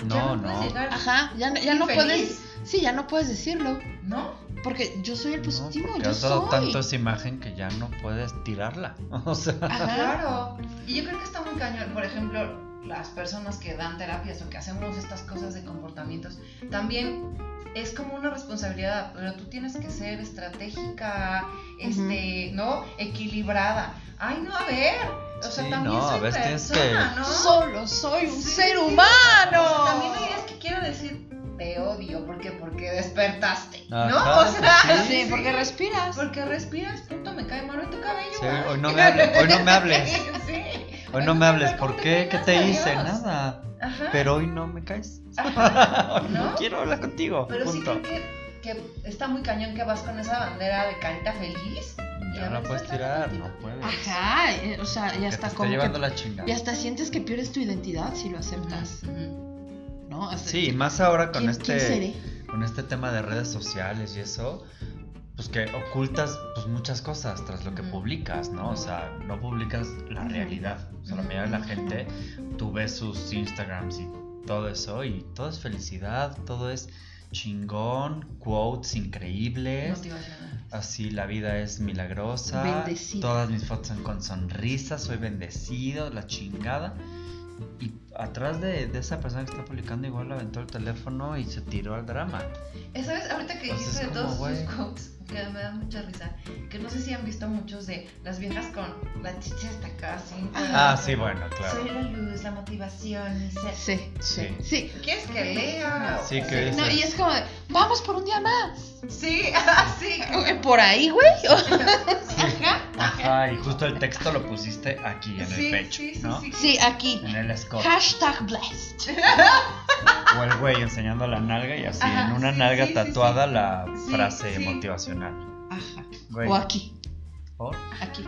Speaker 1: ya
Speaker 2: No,
Speaker 1: no.
Speaker 2: no.
Speaker 1: puedes llegar
Speaker 3: Ajá, ya, no- ya no
Speaker 1: infeliz,
Speaker 3: puedes. Sí, ya no puedes decirlo.
Speaker 1: ¿No?
Speaker 3: Porque yo soy el
Speaker 2: ¿no?
Speaker 3: positivo,
Speaker 2: Porque
Speaker 3: pues yo
Speaker 2: has dado
Speaker 3: soy.
Speaker 2: tanto esa imagen que ya no puedes tirarla. O sea,
Speaker 3: Ajá.
Speaker 1: Claro. Y yo creo que está muy cañón. Por ejemplo, las personas que dan terapias o que hacemos estas cosas de comportamientos, también es como una responsabilidad, pero tú tienes que ser estratégica, este, ¿no? Equilibrada. Ay, no, a ver. O sea,
Speaker 2: Sí,
Speaker 1: también
Speaker 2: no, a
Speaker 1: soy
Speaker 2: ver, tienes que-
Speaker 1: persona, ¿no?
Speaker 3: Solo soy un
Speaker 1: Sí.
Speaker 3: ser
Speaker 1: O sea, también
Speaker 3: humano.
Speaker 1: me dirás que quiero decir te odio porque porque despertaste, ¿no?
Speaker 2: Ajá,
Speaker 1: o
Speaker 2: Ah,
Speaker 1: sea,
Speaker 3: Sí, porque respiras.
Speaker 1: porque respiras, punto, me cae mal en tu cabello.
Speaker 2: sí,
Speaker 1: ay.
Speaker 2: hoy no me hables, hoy no me hables,
Speaker 1: Sí.
Speaker 2: hoy no me hables. ¿Por
Speaker 1: ¿Cómo
Speaker 2: qué? ¿Qué te
Speaker 1: llamas?
Speaker 2: hice?
Speaker 1: Adiós.
Speaker 2: Nada.
Speaker 1: Ajá.
Speaker 2: Pero hoy no me caes. Hoy
Speaker 1: ¿No?
Speaker 2: no quiero hablar contigo.
Speaker 1: Pero sí creo
Speaker 2: Punto.
Speaker 1: que, que está muy cañón que vas con esa bandera de carita feliz.
Speaker 2: Ya no la puedes tirar, no puedes.
Speaker 3: Ajá, eh, o sea, ya
Speaker 2: Que te
Speaker 3: está
Speaker 2: está
Speaker 3: como
Speaker 2: llevando
Speaker 3: que-
Speaker 2: la chingada.
Speaker 3: y hasta sientes que pierdes tu identidad si lo aceptas, ¿no? Hasta-
Speaker 2: Sí, y más ahora con
Speaker 3: ¿quién-
Speaker 2: este.
Speaker 3: quién seré?
Speaker 2: con este tema de redes sociales y eso, pues que ocultas pues muchas cosas tras lo que
Speaker 1: Ujú.
Speaker 2: publicas, ¿no? O sea, no publicas la
Speaker 3: Ujú.
Speaker 2: realidad. O sea, la mayoría de la gente, tú ves sus Instagrams y todo eso y todo es felicidad, todo es chingón, quotes increíbles.
Speaker 1: Motivacional.
Speaker 2: Así la vida es milagrosa.
Speaker 3: Bendecida.
Speaker 2: Todas mis fotos son con sonrisa, soy bendecido, la chingada. Y atrás de, de esa persona que está publicando igual aventó el teléfono y se tiró al drama.
Speaker 1: Eh, ¿Sabes? Ahorita que
Speaker 2: Pues
Speaker 1: dijiste
Speaker 2: es
Speaker 1: de
Speaker 2: como,
Speaker 1: todos
Speaker 2: güey.
Speaker 1: sus quotes, que me da mucha risa, que no sé si han visto muchos de las viejas con la chicha hasta acá, así.
Speaker 2: Ah, sí, bueno, claro.
Speaker 1: Soy la luz, la motivación, mi ser.
Speaker 3: Sí, sí,
Speaker 2: Sí.
Speaker 3: sí.
Speaker 1: ¿Quieres que lea?
Speaker 2: Sí, que
Speaker 1: que
Speaker 2: es-
Speaker 3: No, y es como de, vamos por un día más.
Speaker 1: Sí, así.
Speaker 3: Eh, Por ahí, güey. Ajá.
Speaker 2: Ajá, y justo el texto lo pusiste aquí en
Speaker 1: Sí,
Speaker 2: el pecho,
Speaker 1: sí, sí,
Speaker 2: ¿no?
Speaker 1: sí.
Speaker 3: Sí, aquí.
Speaker 2: En el escote.
Speaker 3: Hashtag blessed.
Speaker 2: O el güey enseñando la nalga y así,
Speaker 1: Ajá,
Speaker 2: en una
Speaker 1: sí,
Speaker 2: nalga
Speaker 1: sí, sí,
Speaker 2: tatuada la
Speaker 1: Sí,
Speaker 2: frase
Speaker 1: sí.
Speaker 2: motivacional.
Speaker 3: Ajá.
Speaker 2: Güey,
Speaker 3: O aquí,
Speaker 2: ¿por?
Speaker 3: aquí.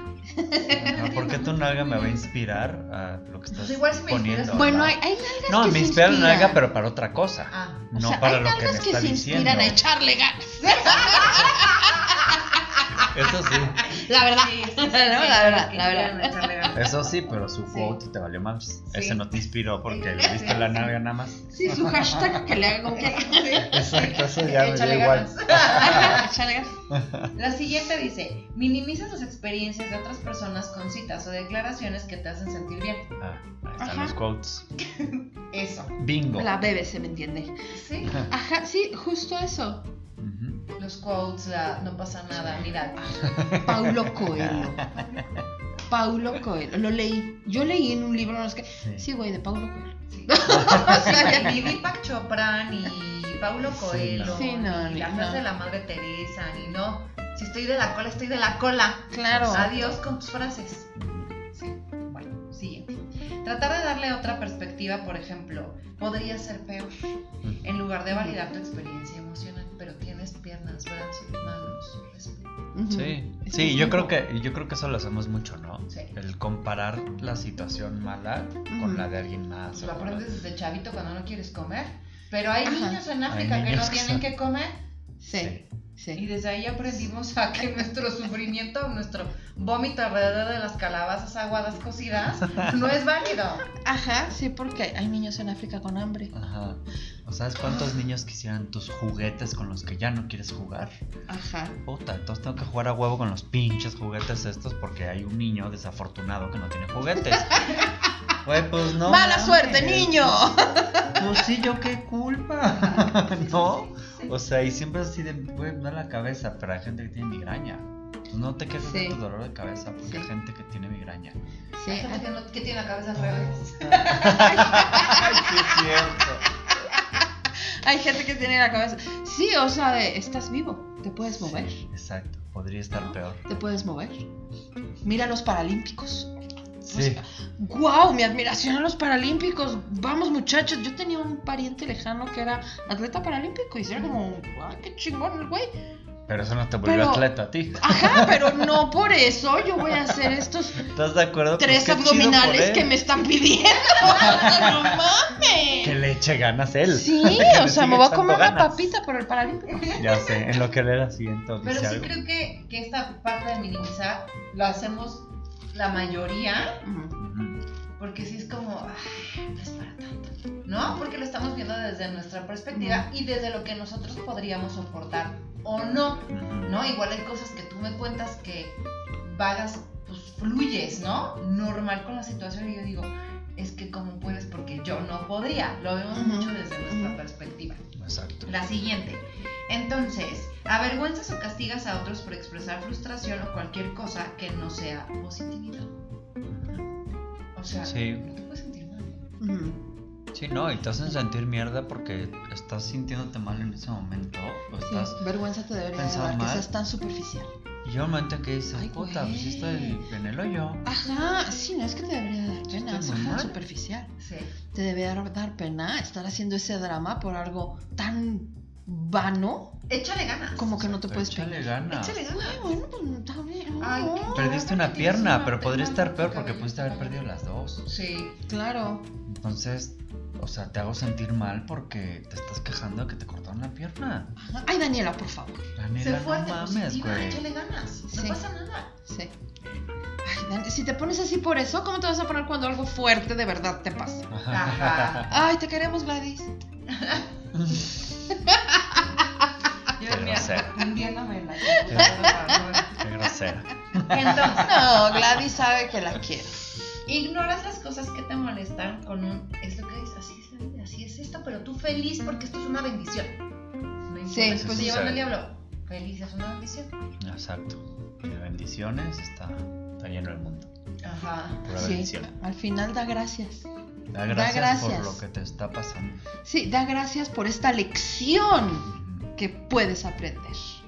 Speaker 2: Ajá, ¿por qué tu nalga me va a inspirar a lo que estás
Speaker 1: Pues igual si me inspiras-
Speaker 2: poniendo?
Speaker 3: Bueno,
Speaker 2: ¿no?
Speaker 3: hay, hay nalgas
Speaker 2: No,
Speaker 3: que
Speaker 2: me
Speaker 3: se
Speaker 2: inspira la
Speaker 3: inspiran.
Speaker 2: nalga, pero para otra cosa.
Speaker 1: Ah.
Speaker 3: O
Speaker 2: no
Speaker 3: sea,
Speaker 2: para
Speaker 3: hay
Speaker 2: lo que me
Speaker 3: nalgas que
Speaker 2: está
Speaker 3: se
Speaker 2: diciendo.
Speaker 3: inspiran a echarle ganas.
Speaker 2: Eso sí,
Speaker 3: La verdad.
Speaker 1: Sí, sí, sí,
Speaker 3: No,
Speaker 1: sí,
Speaker 3: la verdad,
Speaker 1: que
Speaker 3: la
Speaker 1: quieran
Speaker 3: verdad.
Speaker 1: echarle ganas.
Speaker 2: eso sí, pero su
Speaker 1: Sí.
Speaker 2: quote te valió más. Ese no te inspiró porque le
Speaker 1: Sí,
Speaker 2: viste
Speaker 1: sí,
Speaker 2: la
Speaker 1: sí.
Speaker 2: nalga nada más.
Speaker 3: Sí, su hashtag que le haga como que.
Speaker 2: Exacto, eso ya me dio
Speaker 1: Échale
Speaker 2: igual.
Speaker 1: ganas.
Speaker 3: Ajá, echarle ganas.
Speaker 1: La siguiente dice, minimizas las experiencias de otras personas con citas o declaraciones que te hacen sentir bien.
Speaker 2: Ah, ahí están
Speaker 3: Ajá.
Speaker 2: los quotes.
Speaker 1: Eso.
Speaker 2: Bingo.
Speaker 3: La bebé se me entiende.
Speaker 1: Sí,
Speaker 3: Ajá, sí, justo eso.
Speaker 2: Ujú.
Speaker 1: los quotes, la, no pasa nada, mira.
Speaker 3: Paulo Coelho. Paulo Coelho. Lo leí. Yo leí en un libro, no es que.
Speaker 2: Sí.
Speaker 3: Sí, güey, de Paulo Coelho.
Speaker 1: Sí. Sí, ni Deepak Chopra, ni Paulo
Speaker 2: Sí,
Speaker 1: Coelho,
Speaker 2: no.
Speaker 3: Sí, no,
Speaker 1: ni la
Speaker 3: no.
Speaker 1: frase de la madre Teresa, ni no. Si estoy de la cola, estoy de la cola.
Speaker 3: Claro.
Speaker 1: Adiós con tus frases. Bueno, siguiente. Tratar de darle otra perspectiva, por ejemplo, podría ser peor. En lugar de validar tu experiencia emocional, pero tienes piernas, brazos, manos, pues, respeto.
Speaker 3: Ujú.
Speaker 2: Sí,
Speaker 3: Es
Speaker 2: sí,
Speaker 3: un
Speaker 2: yo creo
Speaker 3: tiempo.
Speaker 2: que yo creo que eso lo hacemos mucho, ¿no?
Speaker 1: Sí.
Speaker 2: El comparar la situación mala
Speaker 3: Ujú.
Speaker 2: con la de alguien
Speaker 1: Pues
Speaker 2: más.
Speaker 1: lo
Speaker 2: o con la-
Speaker 1: aprendes desde chavito cuando no quieres comer. Pero hay
Speaker 3: Ajá.
Speaker 1: niños en África que no
Speaker 2: niños que
Speaker 1: tienen
Speaker 2: son-
Speaker 1: que comer
Speaker 3: Sí,
Speaker 1: y
Speaker 3: sí.
Speaker 1: desde ahí aprendimos a que nuestro sufrimiento, nuestro vómito alrededor de las calabazas aguadas cocidas no es válido.
Speaker 3: Ajá, sí, porque hay niños en África con hambre.
Speaker 2: Ajá. ¿O sabes cuántos niños quisieran tus juguetes con los que ya no quieres jugar?
Speaker 3: Ajá.
Speaker 2: Puta, entonces tengo que jugar a huevo con los pinches juguetes estos porque hay un niño desafortunado que no tiene juguetes. Güey, pues no.
Speaker 3: ¡Mala
Speaker 2: mames.
Speaker 3: suerte, niño!
Speaker 2: Pues sí, yo qué culpa. ¿No?
Speaker 1: Sí.
Speaker 2: O sea, y siempre así de, güey, me da la cabeza, pero hay gente que tiene migraña. Tú no te quejes
Speaker 3: Sí.
Speaker 2: de tu dolor de cabeza porque
Speaker 3: Sí.
Speaker 2: hay gente que tiene migraña.
Speaker 3: Sí,
Speaker 1: Hay gente que, no- que tiene la cabeza al
Speaker 2: Ah,
Speaker 1: revés.
Speaker 2: Ay, sí es cierto.
Speaker 3: hay gente que tiene la cabeza. Sí, o sea, de, estás vivo, te puedes mover, Ah.
Speaker 2: exacto, podría estar peor.
Speaker 3: te puedes mover. Mira los paralímpicos.
Speaker 2: Sí.
Speaker 3: ¡Wow! Mi admiración a los paralímpicos. Vamos, muchachos. Yo tenía un pariente lejano que era atleta paralímpico y era como, ¡ay, qué chingón el güey!
Speaker 2: Pero eso no te volvió
Speaker 3: Pero-
Speaker 2: atleta a ti.
Speaker 3: Ajá, pero no por eso yo voy a hacer estos
Speaker 2: ¿Estás de acuerdo? Pues
Speaker 3: tres
Speaker 2: qué chido por
Speaker 3: abdominales
Speaker 2: él.
Speaker 3: que me están pidiendo. ¡No mames!
Speaker 2: Que le eche ganas él.
Speaker 3: Sí,
Speaker 2: Que le
Speaker 3: o sea,
Speaker 2: sigue
Speaker 3: me voy a
Speaker 2: echando
Speaker 3: comer una
Speaker 2: ganas.
Speaker 3: papita por el paralímpico.
Speaker 2: Ya sé, en lo que le era siguiente
Speaker 1: Pero
Speaker 2: dice
Speaker 1: sí
Speaker 2: algo.
Speaker 1: creo que, que esta parte de minimizar lo hacemos la mayoría
Speaker 2: Ujú.
Speaker 1: Porque si es como, "Ay, no es para tanto, ¿no? Porque lo estamos viendo desde nuestra perspectiva y desde lo que nosotros podríamos soportar o no,
Speaker 2: Ujú.
Speaker 1: ¿no? Igual hay cosas que tú me cuentas que vagas, pues fluyes, ¿no? Normal con la situación y yo digo, es que cómo puedes porque yo no podría. Lo vemos
Speaker 3: Ujú.
Speaker 1: mucho desde nuestra
Speaker 3: Ujú.
Speaker 1: perspectiva.
Speaker 2: Exacto.
Speaker 1: La siguiente. Entonces, avergüenzas o castigas a otros por expresar frustración o cualquier cosa que no sea positividad. O sea,
Speaker 2: Sí.
Speaker 1: no te puedes sentir mal.
Speaker 3: Ujú.
Speaker 2: Sí, no, y te hacen sentir mierda porque estás sintiéndote mal en ese momento. O
Speaker 3: Sí,
Speaker 2: estás.
Speaker 3: vergüenza te debería
Speaker 2: pensado
Speaker 3: dar que
Speaker 2: mal.
Speaker 3: seas tan superficial.
Speaker 2: Y yo momento que dices,
Speaker 3: Ay,
Speaker 2: puta, pues
Speaker 3: güey.
Speaker 2: estoy en el hoyo.
Speaker 3: Ajá, sí, no es que te debería dar pena,
Speaker 2: Estoy
Speaker 3: ser
Speaker 2: muy
Speaker 3: tan
Speaker 2: mal.
Speaker 3: superficial.
Speaker 1: Sí.
Speaker 3: Te debería dar- dar pena estar haciendo ese drama por algo tan vano
Speaker 1: Échale ganas.
Speaker 3: como que no te
Speaker 2: Exacto,
Speaker 3: puedes
Speaker 2: échale
Speaker 3: peinar.
Speaker 2: ganas.
Speaker 1: Échale
Speaker 3: Ay,
Speaker 1: ganas.
Speaker 3: bueno, pues también.
Speaker 1: Ay,
Speaker 3: no.
Speaker 1: qué-
Speaker 2: Perdiste
Speaker 1: Ahora
Speaker 2: una
Speaker 1: que tienes
Speaker 2: pierna,
Speaker 1: una
Speaker 2: pero podría
Speaker 1: pena
Speaker 2: estar
Speaker 1: en
Speaker 2: peor
Speaker 1: tu
Speaker 2: porque
Speaker 1: cabello,
Speaker 2: pudiste haber
Speaker 1: claro.
Speaker 2: perdido las dos.
Speaker 1: Sí.
Speaker 3: Claro.
Speaker 2: Entonces, o sea, te hago sentir mal porque te estás quejando de que te cortaron la pierna.
Speaker 3: Ajá. Ay, Daniela, por favor.
Speaker 2: La
Speaker 1: Sé
Speaker 2: neta, no
Speaker 1: fuerte,
Speaker 2: mames,
Speaker 1: positiva,
Speaker 2: güey.
Speaker 1: échale ganas. No
Speaker 3: Sí.
Speaker 1: pasa nada.
Speaker 3: Sí. Ay, Dan- si te pones así por eso, ¿cómo te vas a poner cuando algo fuerte de verdad te pasa?
Speaker 1: Ajá.
Speaker 3: Ay, te queremos, Gladys.
Speaker 1: Yo,
Speaker 2: Qué
Speaker 1: mira,
Speaker 2: grosera.
Speaker 1: hundiéndome en la
Speaker 2: Qué grosera.
Speaker 1: Entonces,
Speaker 3: No, Gladys sabe que la quiere.
Speaker 1: ignoras las cosas que te molestan con un. Es lo que es, así es la vida, así es esto, pero tú feliz porque esto es una bendición. No importa
Speaker 3: Sí,
Speaker 1: que
Speaker 2: sí,
Speaker 1: te
Speaker 2: sí,
Speaker 1: llevan
Speaker 2: sabe.
Speaker 1: el diablo. Feliz es una bendición.
Speaker 2: Exacto. Y de bendiciones está, está lleno el mundo.
Speaker 1: Ajá.
Speaker 2: Pura
Speaker 3: Sí,
Speaker 2: bendición.
Speaker 3: al final da gracias.
Speaker 2: Da gracias,
Speaker 3: gracias.
Speaker 2: por lo que te está pasando.
Speaker 3: Sí, da gracias por esta lección que puedes aprender.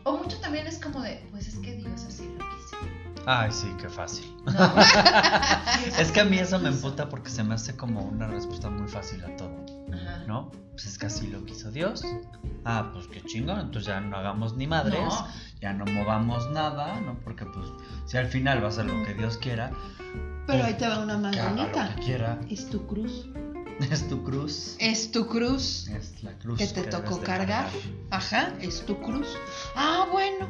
Speaker 1: O mucho también es como de, pues es que Dios así lo quiso.
Speaker 2: Ay, sí, qué fácil.
Speaker 1: No. Dios
Speaker 2: Es que a mí
Speaker 1: así
Speaker 2: eso
Speaker 1: lo
Speaker 2: me
Speaker 1: quiso.
Speaker 2: emputa porque se me hace como una respuesta muy fácil a todo,
Speaker 1: Ajá.
Speaker 2: ¿no? Pues es que así lo quiso Dios. Ah, pues qué chingón, entonces ya no hagamos ni madres,
Speaker 1: No.
Speaker 2: ya no movamos nada, ¿no? Porque pues si al final va a ser lo que Dios quiera,
Speaker 3: Pero ahí te va una más
Speaker 2: que haga lo
Speaker 3: bonita.
Speaker 2: que quiera,
Speaker 3: Es tu cruz.
Speaker 2: es tu cruz,
Speaker 3: Es tu cruz.
Speaker 2: es la cruz
Speaker 3: Que te
Speaker 2: debes
Speaker 3: tocó
Speaker 2: de
Speaker 3: cargar. Ajá, es tu cruz. Ah, bueno.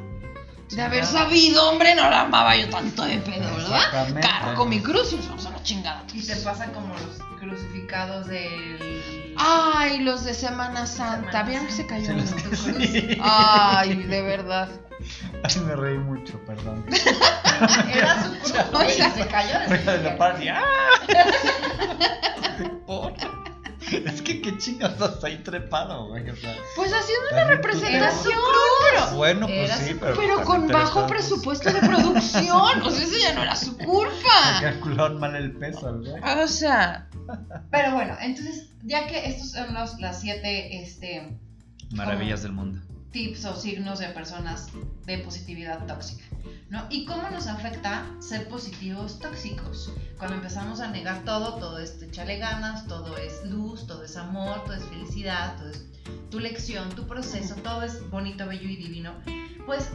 Speaker 3: De haber
Speaker 2: Ya.
Speaker 3: sabido, hombre, no la amaba yo tanto de pedo, ¿verdad?
Speaker 2: Exactamente.
Speaker 3: Cargo mi cruz y nos vamos a la chingada.
Speaker 1: Y te pasa como los crucificados del.
Speaker 3: Ay, los de Semana Santa.
Speaker 1: Semana
Speaker 3: ¿Vieron que se cayó
Speaker 2: Sí,
Speaker 3: uno?
Speaker 2: los que
Speaker 1: cruz.
Speaker 2: sí.
Speaker 3: Ay, de verdad.
Speaker 2: Ay, me reí mucho, perdón.
Speaker 1: Era su cruz, güey, y se cayó desde
Speaker 2: Fuera de la
Speaker 1: ahí.
Speaker 2: party. ¡Ah! Por- Es que qué chingas estás ahí trepado, güey. o sea,
Speaker 3: Pues haciendo una
Speaker 2: también tú
Speaker 3: representación.
Speaker 2: te- Bueno, pues
Speaker 1: Era
Speaker 2: sí,
Speaker 1: su-
Speaker 2: pero.
Speaker 3: Pero con bajo
Speaker 2: pues,
Speaker 3: presupuesto de producción. O sea, eso ya no era su culpa.
Speaker 2: Calcularon mal el peso, güey.
Speaker 3: O sea,
Speaker 1: Pero bueno, entonces, ya que estos son los, las siete este,
Speaker 2: Maravillas del mundo.
Speaker 1: tips o signos de personas de positividad tóxica, ¿no? ¿Y cómo nos afecta ser positivos tóxicos? Cuando empezamos a negar todo, todo es echarle ganas, todo es luz, todo es amor, todo es felicidad, todo es tu lección, tu proceso, todo es bonito, bello y divino, pues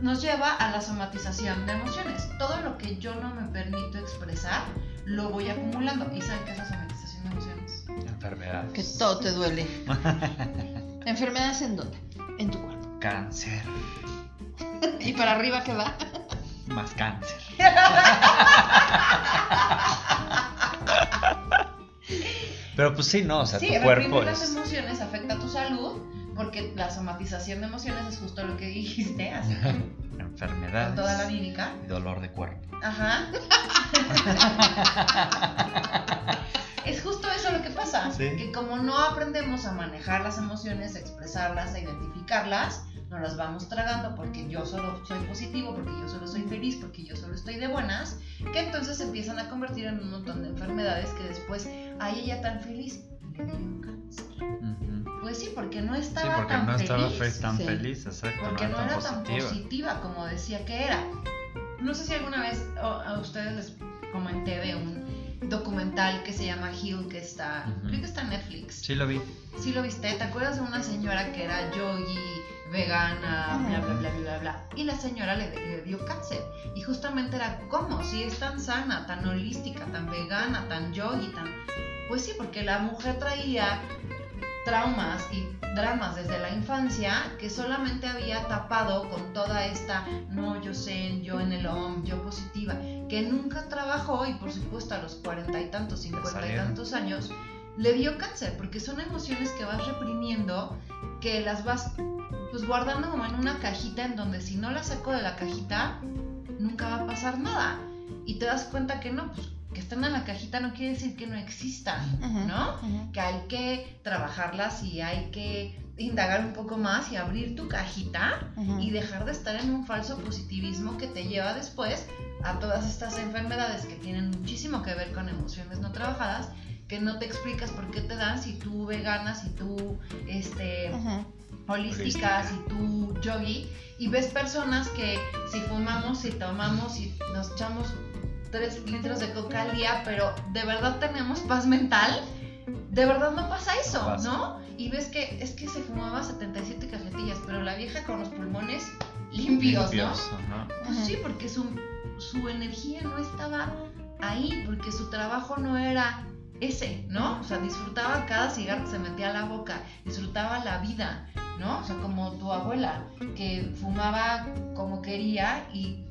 Speaker 1: nos lleva a la somatización de emociones. Todo lo que yo no me permito expresar, lo voy acumulando. ¿Y saben qué es la somatización de emociones?
Speaker 2: Ah. Enfermedad.
Speaker 3: que todo te duele. ¿Enfermedades en dónde? En tu cuerpo.
Speaker 2: Cáncer.
Speaker 3: ¿Y para arriba qué va?
Speaker 2: Más cáncer. Pero pues sí, no, o sea,
Speaker 1: sí,
Speaker 2: tu
Speaker 1: reprimir
Speaker 2: cuerpo
Speaker 1: las
Speaker 2: es.
Speaker 1: emociones afecta a tu salud, porque la somatización de emociones es justo lo que dijiste, así con
Speaker 2: Enfermedades.
Speaker 1: toda la mímica.
Speaker 2: y Dolor de cuerpo.
Speaker 1: Ajá. es justo eso lo que pasa,
Speaker 2: Sí.
Speaker 1: que como no aprendemos a manejar las emociones, a expresarlas, a identificarlas, nos las vamos tragando porque yo solo soy positivo, porque yo solo soy feliz, porque yo solo estoy de buenas, que entonces se empiezan a convertir en un montón de enfermedades que después, ay, ella tan feliz, le dio un cáncer.
Speaker 2: Ujú.
Speaker 1: Pues sí, porque no
Speaker 2: Sí,
Speaker 1: estaba
Speaker 2: porque
Speaker 1: tan
Speaker 2: no estaba
Speaker 1: feliz.
Speaker 2: fe- tan
Speaker 3: sí.
Speaker 2: feliz, exacto,
Speaker 1: porque
Speaker 2: no
Speaker 1: no
Speaker 2: era
Speaker 1: era
Speaker 2: tan
Speaker 1: tan
Speaker 2: positiva.
Speaker 1: positiva como decía que era. No sé si alguna vez o- a ustedes les comenté de un documental que se llama Hill que está,
Speaker 2: Ujú.
Speaker 1: creo que está en Netflix.
Speaker 2: Sí lo vi.
Speaker 1: Sí lo viste, ¿te acuerdas de una señora que era yogi, vegana, bla, bla, bla, bla, bla? Y la señora le, le dio cáncer. Y justamente era, ¿cómo? Si es tan sana, tan holística, tan vegana, tan yogi, tan... Pues sí, porque la mujer traía traumas y dramas desde la infancia que solamente había tapado con toda esta no yo sé, yo en el OM, yo positiva, que nunca trabajó y por supuesto a los cuarenta y tantos, cincuenta y
Speaker 2: salieron.
Speaker 1: tantos años le dio cáncer, porque son emociones que vas reprimiendo, que las vas pues guardando como en una cajita en donde si no las saco de la cajita, nunca va a pasar nada. Y te das cuenta que no, pues que están en la cajita no quiere decir que no existan,
Speaker 3: Ujú,
Speaker 1: ¿no?
Speaker 3: ujú.
Speaker 1: Que hay que trabajarlas y hay que indagar un poco más y abrir tu cajita
Speaker 3: Ujú.
Speaker 1: y dejar de estar en un falso positivismo que te lleva después a todas estas enfermedades que tienen muchísimo que ver con emociones no trabajadas, que no te explicas por qué te dan si tú vegana, si tú este,
Speaker 3: Ujú.
Speaker 1: holística, si tú yogi, y ves personas que si fumamos, si tomamos, si nos echamos tres litros de coca al día, pero de verdad tenemos paz mental, de verdad no pasa eso, ¿no?
Speaker 2: pasa.
Speaker 1: Y ves que es que se fumaba 77 cajetillas, pero la vieja con los pulmones limpios, ¿no?
Speaker 2: ajá.
Speaker 1: Pues sí, porque su, su energía no estaba ahí, porque su trabajo no era ese, ¿no? O sea, disfrutaba cada cigarro que se metía a la boca, disfrutaba la vida, ¿no? O sea, como tu abuela, que fumaba como quería y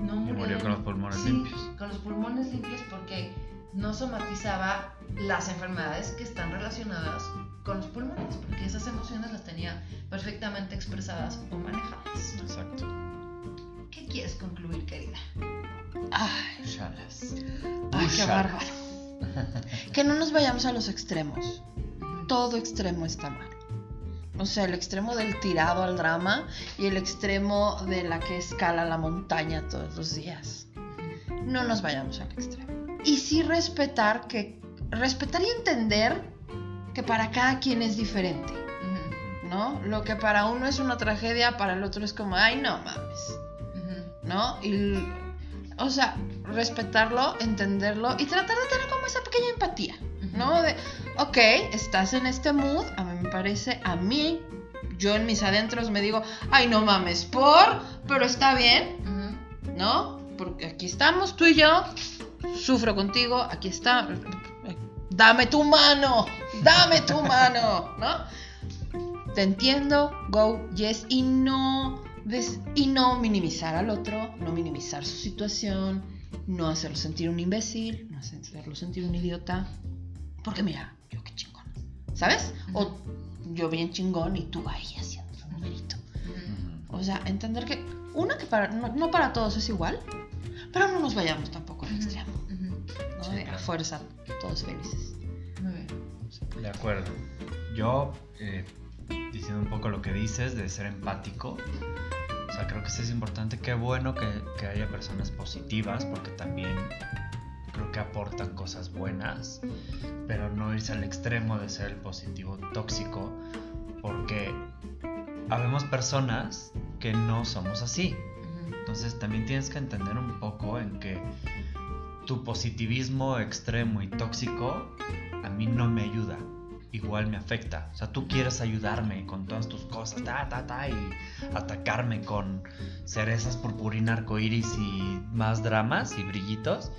Speaker 1: no
Speaker 2: Y
Speaker 1: murió.
Speaker 2: murió con los pulmones
Speaker 1: Sí,
Speaker 2: limpios.
Speaker 1: Con los pulmones limpios porque no somatizaba las enfermedades que están relacionadas con los pulmones, porque esas emociones las tenía perfectamente expresadas o manejadas. ¿no?
Speaker 2: Exacto.
Speaker 1: ¿Qué quieres concluir, querida?
Speaker 3: Ay,
Speaker 2: Shalas.
Speaker 3: ay, qué
Speaker 2: Ushal.
Speaker 3: bárbaro. Que no nos vayamos a los extremos. Todo extremo está mal. O sea, el extremo del tirado al drama y el extremo de la que escala la montaña todos los días. No nos vayamos al extremo. Y sí respetar que respetar y entender que para cada quien es diferente.
Speaker 1: Ujú,
Speaker 3: ¿no? Lo que para uno es una tragedia, para el otro es como, ay, no mames,
Speaker 1: ujú.
Speaker 3: ¿no? Y, l- o sea, respetarlo, entenderlo y tratar de tener como esa pequeña empatía, ¿no? De, ok, estás en este mood, a mí me parece, a mí, yo en mis adentros me digo, ay, no mames, por, pero está bien,
Speaker 1: Ujú.
Speaker 3: ¿no? Porque aquí estamos tú y yo, sufro contigo, aquí está, dame tu mano, dame tu mano, ¿no? Te entiendo, go, yes, y no, des- y no minimizar al otro, no minimizar su situación, no hacerlo sentir un imbécil, no hacerlo sentir un idiota, porque mira, yo qué chingón, ¿sabes? O yo bien chingón y tú ahí haciendo un numerito.
Speaker 1: Ujú.
Speaker 3: O sea, entender que una que para, no, no para todos es igual, pero no nos vayamos tampoco al extremo.
Speaker 1: Ujú.
Speaker 3: ¿no?
Speaker 2: Sí,
Speaker 3: De a
Speaker 2: claro.
Speaker 3: fuerza, todos felices.
Speaker 1: Muy bien.
Speaker 2: De acuerdo. Yo, eh, diciendo un poco lo que dices de ser empático, o sea, creo que sí es importante. Qué bueno que, que haya personas positivas, porque también creo que aportan cosas buenas, pero no irse al extremo de ser el positivo tóxico, porque habemos personas que no somos así.
Speaker 1: Ujú.
Speaker 2: Entonces también tienes que entender un poco en que tu positivismo extremo y tóxico a mí no me ayuda, igual me afecta. O sea, tú quieres ayudarme con todas tus cosas, ta, ta, ta, y atacarme con cerezas, purpurina, arcoíris y más dramas y brillitos,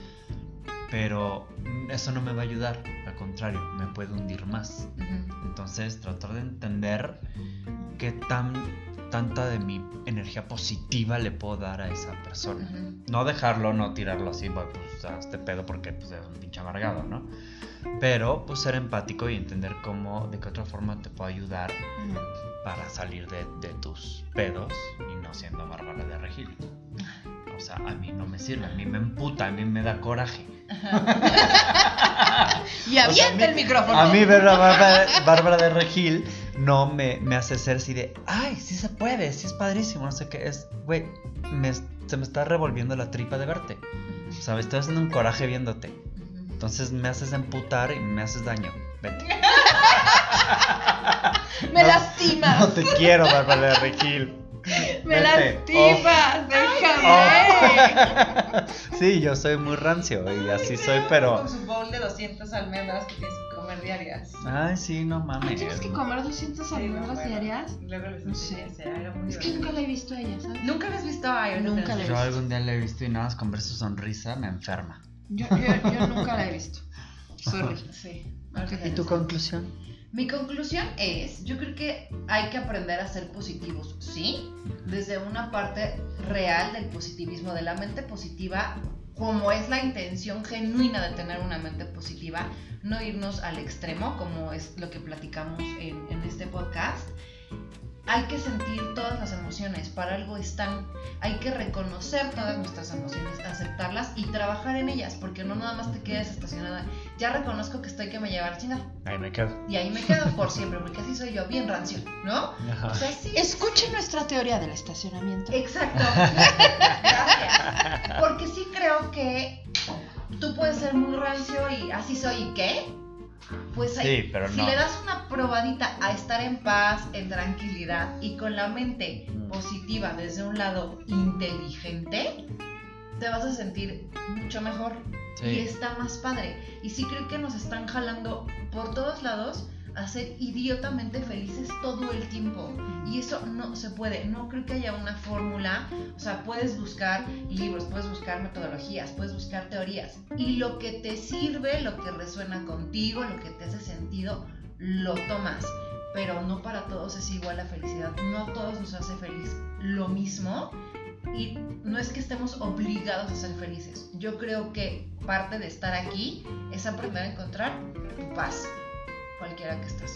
Speaker 2: pero eso no me va a ayudar, al contrario, me puede hundir más.
Speaker 1: Ujú.
Speaker 2: Entonces, tratar de entender qué tan tanta de mi energía positiva le puedo dar a esa persona.
Speaker 1: Ujú.
Speaker 2: No dejarlo, no tirarlo así, "Bueno, pues a este pedo porque pues, es un pinche amargado, ¿no? Pero pues ser empático y entender cómo, de qué otra forma te puedo ayudar para salir de, de tus pedos y no siendo Bárbara de Regil. O sea, a mí no me sirve, a mí me emputa, a mí me da coraje.
Speaker 3: Y
Speaker 2: O sea,
Speaker 3: avienta
Speaker 2: a mí-
Speaker 3: el micrófono.
Speaker 2: A mí ver a Bárbara, Bárbara de Regil no me, me hace ser así de, ay, sí se puede, sí es padrísimo, no sé qué es, güey, me es- se me está revolviendo la tripa de verte. O sea, me estoy haciendo un coraje viéndote.
Speaker 1: Ujú.
Speaker 2: Entonces me haces emputar y me haces daño. Vete.
Speaker 3: me
Speaker 2: no-
Speaker 3: lastimas,
Speaker 2: No te quiero, Bárbara de Regil.
Speaker 3: me
Speaker 2: vete,
Speaker 3: lastimas, déjame.
Speaker 2: Oh, Sí, yo soy muy rancio y así soy, pero...
Speaker 1: Con su bowl de 200 almendras que tienes que comer diarias.
Speaker 2: Oh. Ay, sí, no mames.
Speaker 3: ¿Tienes que comer 200
Speaker 1: Sí, no,
Speaker 3: almendras
Speaker 1: bueno.
Speaker 3: diarias?
Speaker 1: Luego les
Speaker 3: No
Speaker 1: enseñé
Speaker 3: sé.
Speaker 1: ese, era muy
Speaker 3: Es que
Speaker 1: divertido.
Speaker 3: nunca la he visto a ella, ¿sabes?
Speaker 1: Nunca les he visto a Iron
Speaker 3: Nunca
Speaker 1: Man.
Speaker 3: la he
Speaker 2: Yo algún día la he visto y nada más con ver su sonrisa me enferma.
Speaker 3: Yo, yo- yo nunca la he visto. Sorry.
Speaker 1: Sí. ahorita
Speaker 3: ¿Y
Speaker 1: les-
Speaker 2: conclusión?
Speaker 1: Mi conclusión es, yo creo que hay que aprender a ser positivos, ¿sí? Desde una parte real del positivismo, de la mente positiva como es la intención genuina de tener una mente positiva, no irnos al extremo, como es lo que platicamos en, en este podcast. Hay que sentir todas las emociones, para algo están. Hay que reconocer todas nuestras emociones, aceptarlas y trabajar en ellas, porque no nada más te quedes estacionada. Ya reconozco que estoy que me lleva la chingada
Speaker 2: Ahí me quedo.
Speaker 1: y ahí me quedo por siempre, porque así soy yo, bien rancio, ¿no?
Speaker 2: Ah.
Speaker 1: O sea, sí,
Speaker 3: Escuchen nuestra teoría del estacionamiento.
Speaker 1: Exacto. Gracias. Porque sí creo que tú puedes ser muy rancio y así soy y qué. Pues ahí,
Speaker 2: Sí, pero
Speaker 1: si
Speaker 2: no.
Speaker 1: le das una probadita a estar en paz, en tranquilidad y con la mente
Speaker 2: Mm.
Speaker 1: positiva desde un lado inteligente, te vas a sentir mucho mejor y
Speaker 2: Sí.
Speaker 1: está más padre. Y sí creo que nos están jalando por todos lados a ser idiotamente felices todo el tiempo. Y eso no se puede. No creo que haya una fórmula. O sea, puedes buscar libros, puedes buscar metodologías, puedes buscar teorías. Y lo que te sirve, lo que resuena contigo, lo que te hace sentido, lo tomas. Pero no para todos es igual la felicidad. No a todos nos hace feliz lo mismo. Y no es que estemos obligados a ser felices. Yo creo que parte de estar aquí es aprender a encontrar tu paz, cualquiera que estés.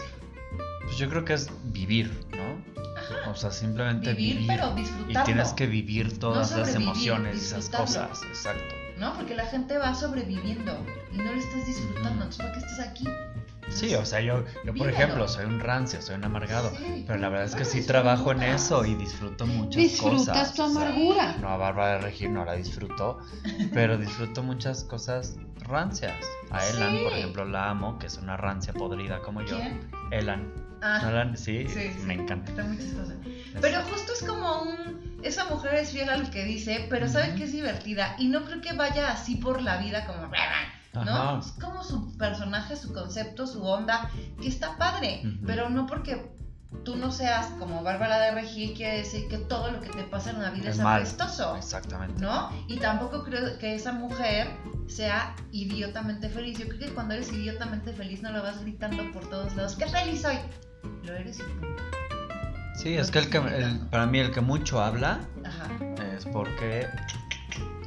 Speaker 2: Pues yo creo que es vivir, ¿no?
Speaker 1: Ajá.
Speaker 2: O sea, simplemente
Speaker 1: Vivir,
Speaker 2: vivir.
Speaker 1: pero
Speaker 2: y
Speaker 1: disfrutarlo.
Speaker 2: tienes que vivir todas las
Speaker 1: sobrevivir,
Speaker 2: emociones y esas
Speaker 1: disfrutarlo.
Speaker 2: cosas. Exacto.
Speaker 1: ¿No? Porque la gente va sobreviviendo y no lo estás disfrutando.
Speaker 2: Ujú.
Speaker 1: Entonces, ¿para qué estás aquí?
Speaker 2: Sí, o sea, yo, yo por
Speaker 1: Vívelo.
Speaker 2: ejemplo, soy un rancio, soy un amargado.
Speaker 1: Sí.
Speaker 2: Pero la verdad es que
Speaker 1: Pero
Speaker 2: sí trabajo en
Speaker 1: disfrutas.
Speaker 2: eso y disfruto muchas
Speaker 3: Disfrutas
Speaker 2: cosas.
Speaker 3: tu
Speaker 2: o sea,
Speaker 3: amargura.
Speaker 2: no, a Bárbara de Regir no la disfruto, pero disfruto muchas cosas rancias. A Elan, por
Speaker 1: Sí.
Speaker 2: ejemplo, la amo, que es una rancia podrida como yo.
Speaker 1: ¿Quién?
Speaker 2: Elan.
Speaker 1: Ah,
Speaker 2: Elan, sí,
Speaker 1: Sí, sí.
Speaker 2: me encanta.
Speaker 1: está muy chistosa. Pero justo es como un... Esa mujer es fiel a lo que dice, pero sabe
Speaker 2: Ujú.
Speaker 1: que es divertida y no creo que vaya así por la vida como... ¿no?
Speaker 2: Ajá.
Speaker 1: Es como su personaje, su concepto, su onda, que está padre,
Speaker 2: Ujú.
Speaker 1: pero no porque tú no seas como Bárbara de Regil quiere decir que todo lo que te pasa en la vida es,
Speaker 2: Es malo.
Speaker 1: apestoso,
Speaker 2: Exactamente.
Speaker 1: ¿no? Y tampoco creo que esa mujer sea idiotamente feliz. Yo creo que cuando eres idiotamente feliz no lo vas gritando por todos lados, ¡qué feliz soy! Lo eres y punto.
Speaker 2: Sí, es que, el que el- para mí el que mucho habla
Speaker 1: Ajá.
Speaker 2: es porque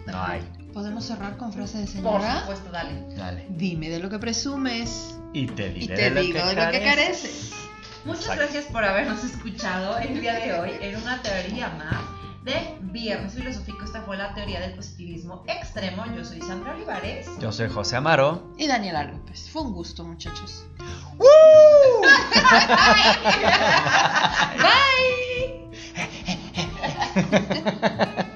Speaker 2: no hay.
Speaker 3: ¿Podemos cerrar con frase de
Speaker 1: Por
Speaker 3: señora?
Speaker 1: supuesto, dale.
Speaker 2: Dale.
Speaker 3: Dime de lo que presumes.
Speaker 2: Y te diré
Speaker 3: Y
Speaker 2: de
Speaker 3: te
Speaker 2: lo
Speaker 3: digo
Speaker 2: que
Speaker 3: de lo que
Speaker 2: careces.
Speaker 3: careces.
Speaker 1: Muchas
Speaker 2: Exacto.
Speaker 1: gracias por habernos escuchado el día de hoy en una teoría más de Viernes Filosófico. Esta fue la teoría del positivismo extremo. Yo soy Sandra Olivares.
Speaker 2: Yo soy José Amaro.
Speaker 3: Y Daniela López. Fue un gusto, muchachos.
Speaker 1: Bye.